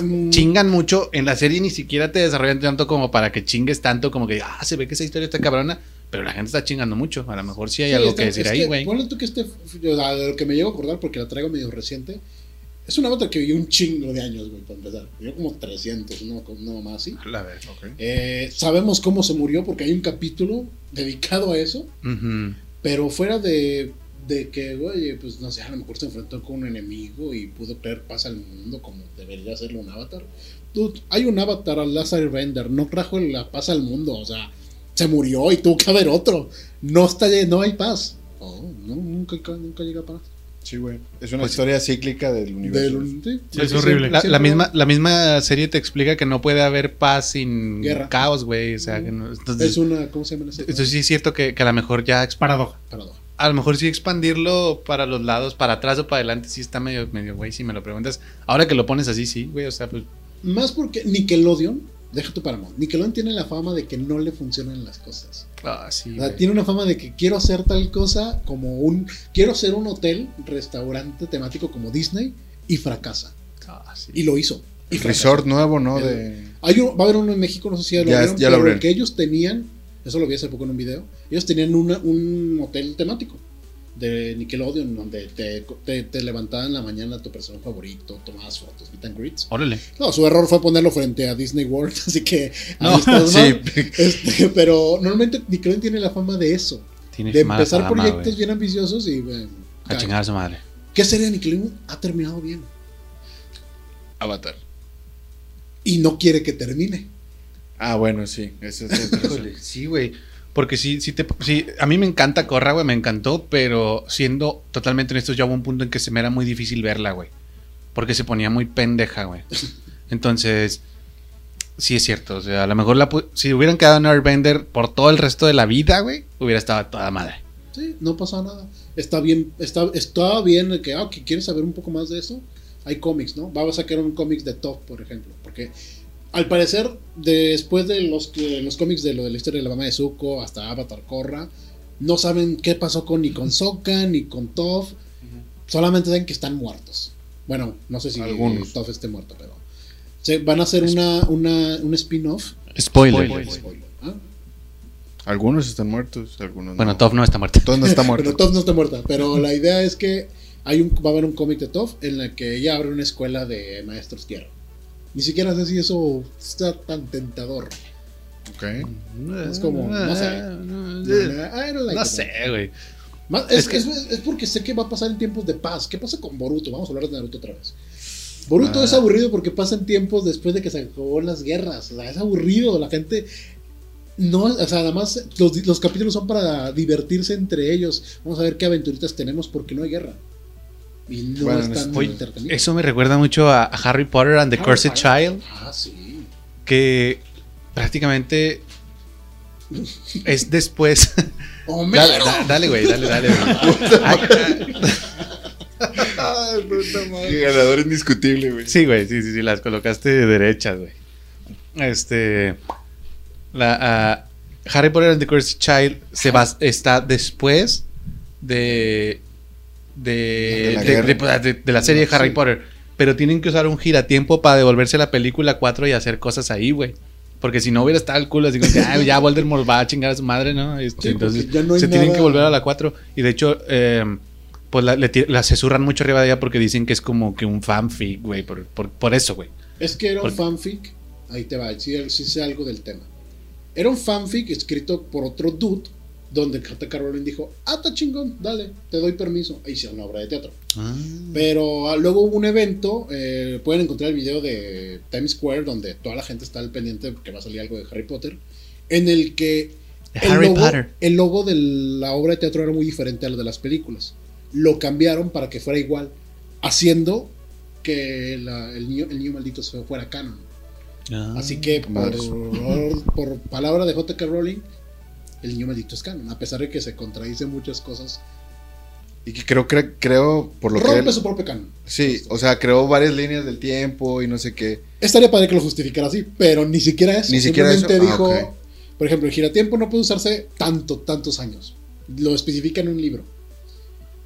Mm, Chingan mucho, en la serie ni siquiera te desarrollan tanto como para que chingues tanto, como que, ah, se ve que esa historia está cabrona, pero la gente está chingando mucho. A lo mejor sí hay sí, algo está- que decir es ahí, güey. Ponle tú que este, o sea, de lo que me llego a acordar, porque la traigo medio reciente, es un avatar que vivió un chingo de años, güey, para empezar. Vivió como 300, no, no más así. La verdad. Eh, sabemos cómo se murió porque hay un capítulo dedicado a eso, Ujú. pero fuera de, de que, güey, pues no sé, a lo mejor se enfrentó con un enemigo y pudo crear paz al mundo como debería hacerlo un avatar. Dude, hay un avatar al Lazar Bender, no trajo la paz al mundo, o sea, se murió y tuvo que haber otro. No está lle- no hay paz. Oh, no, nunca, nunca llega paz. Sí, güey. Es una historia cíclica del universo. Del- sí, Sí, es sí, horrible. La, la siempre- misma, la misma serie te explica que no puede haber paz sin Guerra. caos, güey. O sea, que no- entonces, Es una, ¿cómo se llama esa? entonces sí es cierto que, que a lo mejor ya exp- Paradoja. Paradoja. a lo mejor sí expandirlo para los lados, para atrás o para adelante, sí está medio, medio, güey, si me lo preguntas. Ahora que lo pones así, sí, güey, o sea, pues, Más porque Nickelodeon, deja tu Paramount, Nickelodeon tiene la fama de que no le funcionan las cosas. ah, sí, O sea, güey. tiene una fama de que quiero hacer tal cosa como un... Quiero hacer un hotel, restaurante temático como Disney y fracasa. Ah, sí. Y lo hizo. Y El fracasó. resort nuevo, ¿no? El- De... Hay uno- va a haber uno en México, no sé si ya lo Ya- vieron, ya lo pero abrieron. el que ellos tenían, eso lo vi hace poco en un video, ellos tenían una- un hotel temático de Nickelodeon donde te, te, te levantaban en la mañana tu personaje favorito, tomabas fotos, meet and greets. Órale. No, su error fue ponerlo frente a Disney World, así que ahí No, estás mal. Sí. Este, pero normalmente Nickelodeon tiene la fama de eso, Tiene de mala empezar fama, proyectos güey. bien ambiciosos y bueno, A chingar a su madre. ¿Qué serie de Nickelodeon ha terminado bien? Avatar. Y no quiere que termine. Ah, bueno, sí. Eso es otro. Híjole, sí, güey. Porque sí, sí te, sí, a mí me encanta Corra, güey, me encantó, pero siendo totalmente honesto, ya hubo un punto en que se me era muy difícil verla, güey. Porque se ponía muy pendeja, güey. Entonces, sí es cierto. O sea, a lo mejor la, pu- si hubieran quedado en Airbender por todo el resto de la vida, güey, hubiera estado a toda madre. Sí, no pasa nada. Está bien, está, está bien el que, ah, que quieres saber un poco más de eso. Hay cómics, ¿no? Va a sacar un cómics de Top, por ejemplo. Porque al parecer, después de los, que- los cómics de lo de la historia de la mamá de Zuko hasta Avatar Korra, no saben qué pasó con ni con Sokka ni con Toph. Solamente saben que están muertos. Bueno, no sé si Algunos. Toph esté muerto, pero Se van a hacer una, una, un spin-off. Spoiler. Spoiler, ¿ah? Algunos están muertos, algunos Bueno, no. Top no está muerta. Todd no está Pero muerto. Toph no está muerta. Pero la idea es que hay un, va a haber un cómic de Toph en la que ella abre una escuela de maestros tierra. Ni siquiera sé si eso está tan tentador. Ok. Es como, no sé. I don't like Eh, No it. sé, güey. Más- es, Es que- es- es porque sé que va a pasar en tiempos de paz. ¿Qué pasa con Boruto? Vamos a hablar de Naruto otra vez. Boruto Ah. es aburrido porque pasan tiempos después de que se acabó las guerras. O sea, es aburrido. La gente. No, o sea, además los, los capítulos son para divertirse entre ellos. Vamos a ver qué aventuritas tenemos porque no hay guerra. Y no Bueno, están oye, entretenidos. Eso me recuerda mucho a, a Harry Potter and the Harry Cursed Potter. Child, Ah, sí. que prácticamente es después. ¡Homero! dale, da- dale, güey, dale, dale. güey. Ay, Ay, puta madre. El ganador indiscutible, güey. Sí, güey, sí, sí, sí, las colocaste derechas, güey. Este. La, ah, Harry Potter and the Cursed Child se bas- está después de. De De, la de, guerra. de- de la serie de Harry Sí. Potter. Pero tienen que usar un giratiempo para devolverse la película 4 y hacer cosas ahí, güey. Porque si no hubiera estado el culo, así como que, "Ay, ya Voldemort va a chingar a su madre, ¿no? Este, Sí, porque entonces ya no hay se tienen nada. que volver a la 4. Y de hecho, eh, pues la, le ti- la cesurran mucho arriba de ella porque dicen que es como que un fanfic, güey, por, por, por eso, güey. Es que era un Porque- fanfic. Ahí te va, sí, sí sé algo del tema. Era un fanfic escrito por otro dude, donde J.K. Rowling dijo, ah, está chingón, dale, te doy permiso. E hicieron una obra de teatro. Pero ah, luego hubo un evento, eh, pueden encontrar el video de Times Square, donde toda la gente está al pendiente porque va a salir algo de Harry Potter, en el que el Harry logo, Potter. el logo de la obra de teatro era muy diferente a lo de las películas. Lo cambiaron para que fuera igual, haciendo que la- el, niño, el niño maldito se fuera canon. Así que por, madres. por palabra de J.K. Rowling, el niño maldito es canon, a pesar de que se contradicen muchas cosas. Y que creo, cre- creo, por lo que. rompe él- su propio canon. Sí, o sea, creó varias líneas del tiempo y no sé qué. Estaría padre que lo justificara así, pero ni siquiera eso. Ni siquiera Simplemente eso. Ah, dijo, ok. por ejemplo, el giratiempo no puede usarse tanto, tantos años. Lo especifica en un libro.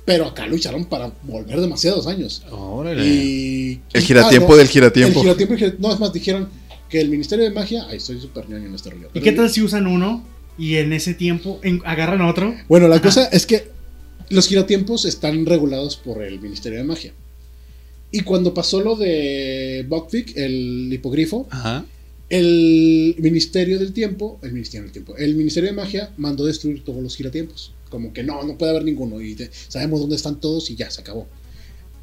Pero acá lucharon para volver demasiados años. Órale. Y. El giratiempo Ah, no, del giratiempo. El giratiempo, el gira- No, es más, dijeron que el Ministerio de Magia. Ay, estoy súper ñoño en este rollo. ¿Y Pero- qué tal si usan uno y en ese tiempo en- agarran otro? Bueno, la cosa es que los giratiempos están regulados por el Ministerio de Magia. Y cuando pasó lo de Buckbeak, el hipogrifo, Ajá. El Ministerio del Tiempo, el Ministerio del Tiempo, el Ministerio de Magia mandó destruir todos los giratiempos. Como que no, no puede haber ninguno y de- sabemos dónde están todos y ya se acabó.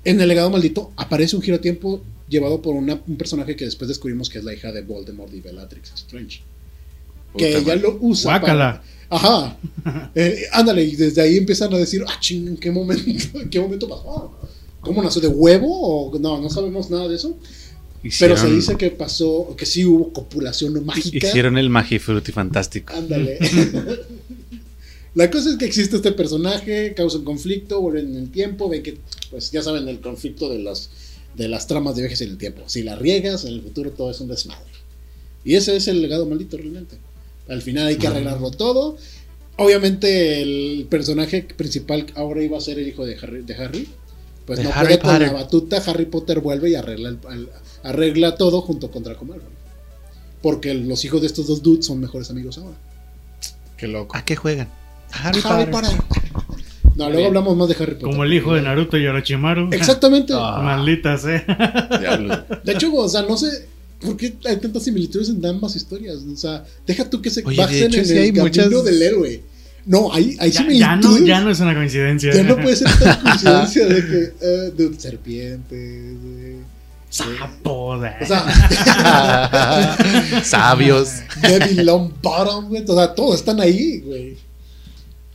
En el legado maldito aparece un giratiempo llevado por una- un personaje que después descubrimos que es la hija de Voldemort y Bellatrix Strange. Puta Que ella madre. lo usa. Guácala. Ajá. Eh, ándale, y desde ahí empiezan a decir, ah, ching, ¿en qué momento, en qué momento pasó? ¿Cómo nació de huevo? O, no, no sabemos nada de eso. Pero Hicieron, se dice que pasó, que sí hubo copulación mágica. Hicieron el Magifruti fantástico. Ándale. La cosa es que existe este personaje, causa un conflicto, vuelven en el tiempo, ven que, pues ya saben, el conflicto de las, de las tramas de viajes en el tiempo. Si la riegas, en el futuro todo es un desmadre. Y ese es el legado maldito realmente. Al final hay que arreglarlo todo. Obviamente el personaje principal ahora iba a ser el hijo de Harry. De Harry. Pues De no Harry puede con la Potter. batuta, Harry Potter vuelve y arregla, el- al- arregla todo junto con Draco Malfoy. Porque los hijos de estos dos dudes son mejores amigos ahora. Qué loco. ¿A qué juegan? Harry, Harry Potter. Potter. No, luego hablamos más de Harry Potter. Como el hijo de Naruto y Orochimaru. Exactamente. Ah. Maldita sea. Diablos. De hecho, o sea, no sé por qué hay tantas similitudes en ambas historias. O sea, deja tú que se Oye, de basen hecho, en sí el hay camino muchas- del héroe. No, hay, hay Ya, ya similitudes. no, ya no es una coincidencia. Ya no puede ser tan coincidencia de que, eh, de serpientes, de- Sapo, da. O sea, Sabios. Devil Longbottom, güey. O sea, todos están ahí, güey.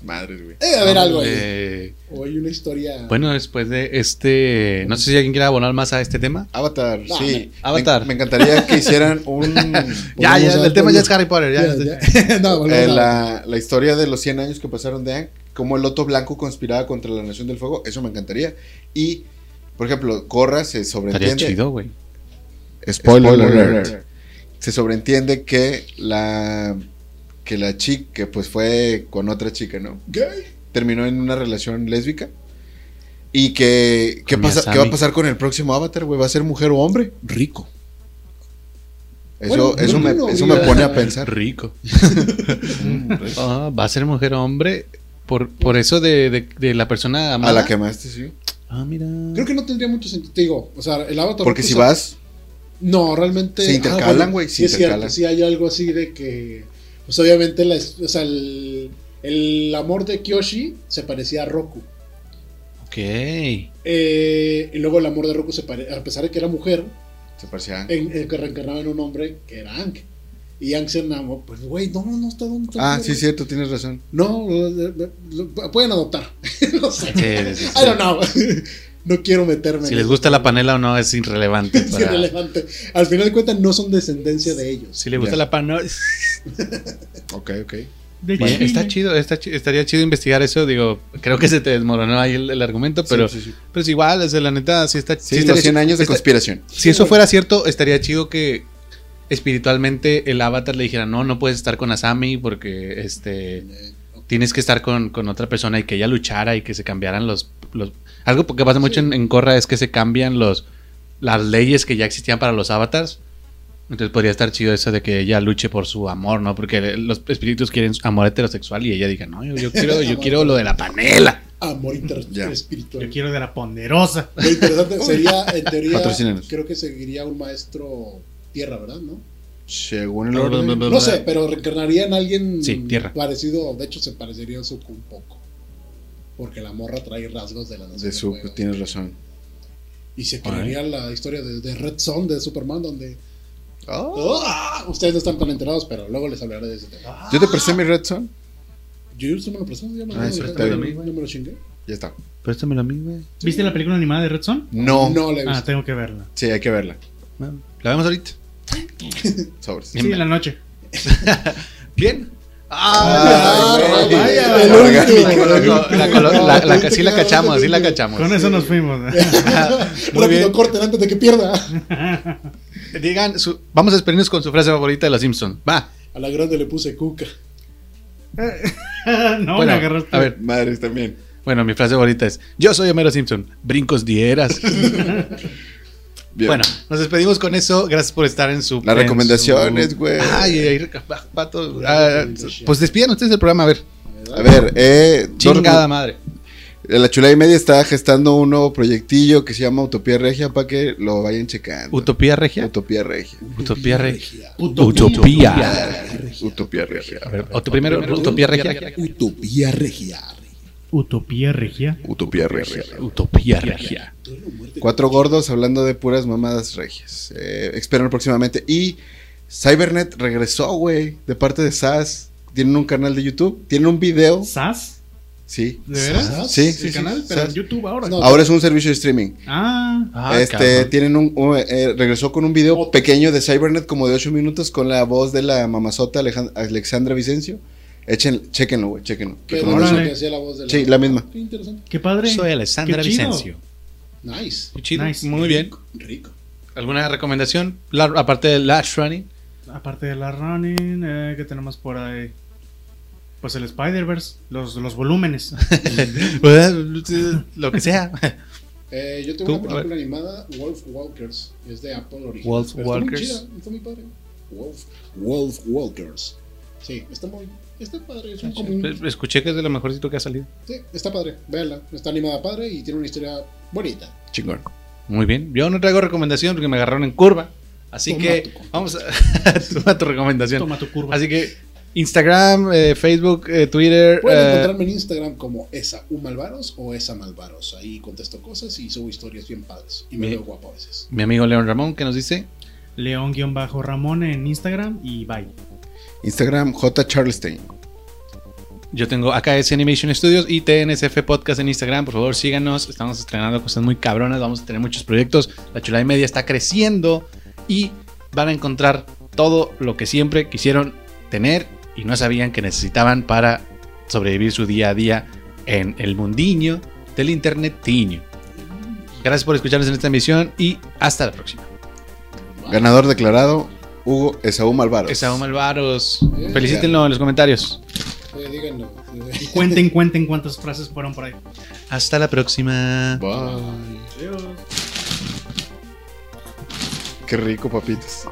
Madres, güey. Debe haber algo ahí. Eh, O hay una historia. bueno, después de este. No sé si alguien quiere abonar más a este tema. Avatar, No, sí. Avatar. Me, me encantaría que hicieran un. eh, Ya, Volvemos ya, a- el tema ya es volvemos- Harry Potter. Ya, este. Ya, ya. No, volvemos eh, a- la, la historia de los 100 años que pasaron de Aang, cómo el Loto Blanco conspiraba contra la Nación del Fuego. Eso me encantaría. Y, por ejemplo, Corra se Estaría sobreentiende. chido, güey. Spoiler, alert. Se sobreentiende que la. Que la chica, que pues fue con otra chica, ¿no? Gay. terminó en una relación lésbica. ¿Y que, ¿qué Con pasa, Miyazaki. qué va a pasar con el próximo Avatar, güey? ¿Va a ser mujer o hombre? Rico. Eso, Bueno, eso, no, me, no, eso me mira. pone a pensar. Rico. Mm, Ah, va a ser mujer o hombre por, por eso de, de- de la persona A amada. la quemaste, sí. Ah, mira. Creo que no tendría mucho sentido. Te digo, o sea, el avatar. Porque si vas vas, No, realmente. ah, Se intercalan, bueno, güey, se Sí, es cierto. intercalan. Sí, hay algo así de que. Pues obviamente, la, es- o sea, el, el amor de Kyoshi se parecía a Roku. Ok. Eh, y luego el amor de Roku, se pare- a pesar de que era mujer, se parecía. en, en que reencarnaba en un hombre que era Ang. Y Ang se enamoró. Pues, güey, no, no está donde está Ah, donde- sí, cierto, tienes razón. No, lo- lo- lo- pueden adoptar. no sé. Sí, sí, sí. I don't know. no quiero meterme Si en les eso. gusta la panela o no es irrelevante. Es para- irrelevante. Al final de cuentas, no son descendencia de ellos. Si les gusta Ya. la panela. Ok, ok. De Oye, Chile. está chido, está chi- estaría chido investigar eso. Digo, creo que se te desmoronó ahí el, el argumento, pero, sí, sí, sí. pero es igual, es de la neta, sí está Sí, sí este- los estaría 100 chi- años de está- conspiración. Si eso fuera cierto, estaría chido que espiritualmente el avatar le dijera, no, no puedes estar con Asami porque este tienes que estar con, con otra persona y que ella luchara y que se cambiaran los... los... Algo que pasa mucho en, en Korra es que se cambian los las leyes que ya existían para los avatars. Entonces podría estar chido eso de que ella luche por su amor, ¿no? Porque los espíritus quieren su amor heterosexual y ella diga, no, yo, yo quiero, yo quiero lo de la panela. amor inter- Ya. espiritual. Yo quiero de la ponderosa. Lo interesante sería, en teoría, Patrocínanos. creo que seguiría un maestro tierra, ¿verdad? ¿No? Según el orden. No sé, pero reencarnaría en alguien Sí, tierra. parecido, de hecho se parecería a Zuko un poco. Porque la morra trae rasgos de la nación De del su, fuego. tienes razón. Y se crearía la historia de, de Red Son de Superman donde... Oh. ¡Ah! Ustedes no están tan enterados, pero luego les hablaré de ese tema. Ah. Yo te presté mi red zone. Yo yo se me lo presento, yo me lo, Ah, sí, yo está me bien. lo- yo me lo chingué. Ya está. Préstamelo a mí, güey. ¿Viste la película animada de Red Son? No. No le he Ah, visto. tengo que verla. Sí, hay que verla. Bueno, La vemos ahorita. Sobres. Bien, Sí, en la noche. Bien. Ah, Ah, güey. vaya, El orgánico. La, orgánico. la, la, la, la- sí la cachamos, sí la cachamos. Con eso nos fuimos. Muy bien. Rápido, corten antes de que pierda. Digan, su- vamos a despedirnos con su frase favorita de los Simpsons. Va. A la grande le puse cuca. no, Bueno, me agarraste. a ver. Madres también. Bueno, mi frase favorita es: Yo soy Homero Simpson. Brincos dieras. Bien. Bueno, nos despedimos con eso. Gracias por estar en su. Las en su- recomendaciones, güey. Ay, ay, reca- pa- pato. Ah, pues despidan ustedes el programa, a ver. A ver, eh. dos Chingada madre. En La chula y media está gestando un nuevo proyectillo que se llama Utopía Regia para que lo vayan checando. Utopía regia. Utopía Regia. Utopía regia. Utopía. Utopía Regia. A ver, o tu primero, Utopía regia. Utopía regia. Utopía regia. Uh. Utopía Regia. Utopía regia. Duelo o muerte. Cuatro gordos hablando de puras mamadas regias. Eh, esperan próximamente. Y Cybernet regresó, güey, de parte de SAS. Tienen un canal de YouTube. Tienen un video. ¿Sas? Sí. ¿De veras? ¿Sas? Sí, El sí, sí, canal, sí, pero en SAS. YouTube ahora. No. Ahora es un servicio de streaming. Ah, este, tienen un, un- eh, regresó con un video Otro. pequeño de Cybernet como de 8 minutos con la voz de la mamazota Alejan- Alexandra Vicencio. Echen, chéquenlo, güey, chéquenlo. Que era Órale. la que hacía la voz de la... Sí, la misma. Qué interesante. qué padre. Soy Alessandra Qué chido. Vicencio. Nice. Muy chido. Nice. Muy bien. Rico. ¿Alguna recomendación? La- aparte de Lash Running. Aparte de la running, eh, ¿qué tenemos por ahí? Pues el Spider-Verse, los, los volúmenes. Pues, Lo que sea. Eh, yo Tú, tengo una a película animada, Wolf Walkers. Es de Apple Original. Wolf Pero está muy Walkers. chida, Está muy padre. Wolf, Wolf Walkers. Sí, está muy... Está padre. Es un común... Escuché que es de lo mejorcito que ha salido. Sí, está padre. Véanla. Está animada padre y tiene una historia bonita. Chingón. Muy bien. Yo no traigo recomendación porque me agarraron en curva. Así Toma que tu curva. vamos a. Toma tu recomendación. Toma tu curva. Así que Instagram, eh, Facebook, eh, Twitter. Pueden eh, encontrarme en Instagram como esa Umalvaros o esa Malvaros. Ahí contesto cosas y subo historias bien padres. Y me Bien. veo guapo a veces. mi amigo León Ramón que nos dice. León-Ramón en Instagram y bye. Instagram J. Charlestein. Yo tengo AKS Animation Studios y TNSF Podcast en Instagram. Por favor, síganos. Estamos estrenando cosas muy cabronas. Vamos a tener muchos proyectos. La chulada y media está creciendo y van a encontrar todo lo que siempre quisieron tener y no sabían que necesitaban para sobrevivir su día a día en el mundiño del internetiño. Gracias por escucharnos en esta emisión y hasta la próxima. Ganador declarado, Hugo Esaú Malvaro. Esaú Malvaros. Felicítenlo en los comentarios. Eh, díganlo. Cuenten, cuenten cuántas frases fueron por ahí. Hasta la próxima. Bye. Adiós. Qué rico, papitas.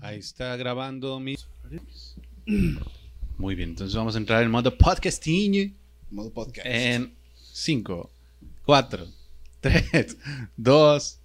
Ahí está grabando mi. Muy bien, entonces vamos a entrar en modo podcasting Modo podcast. en 5, 4, 3, 2,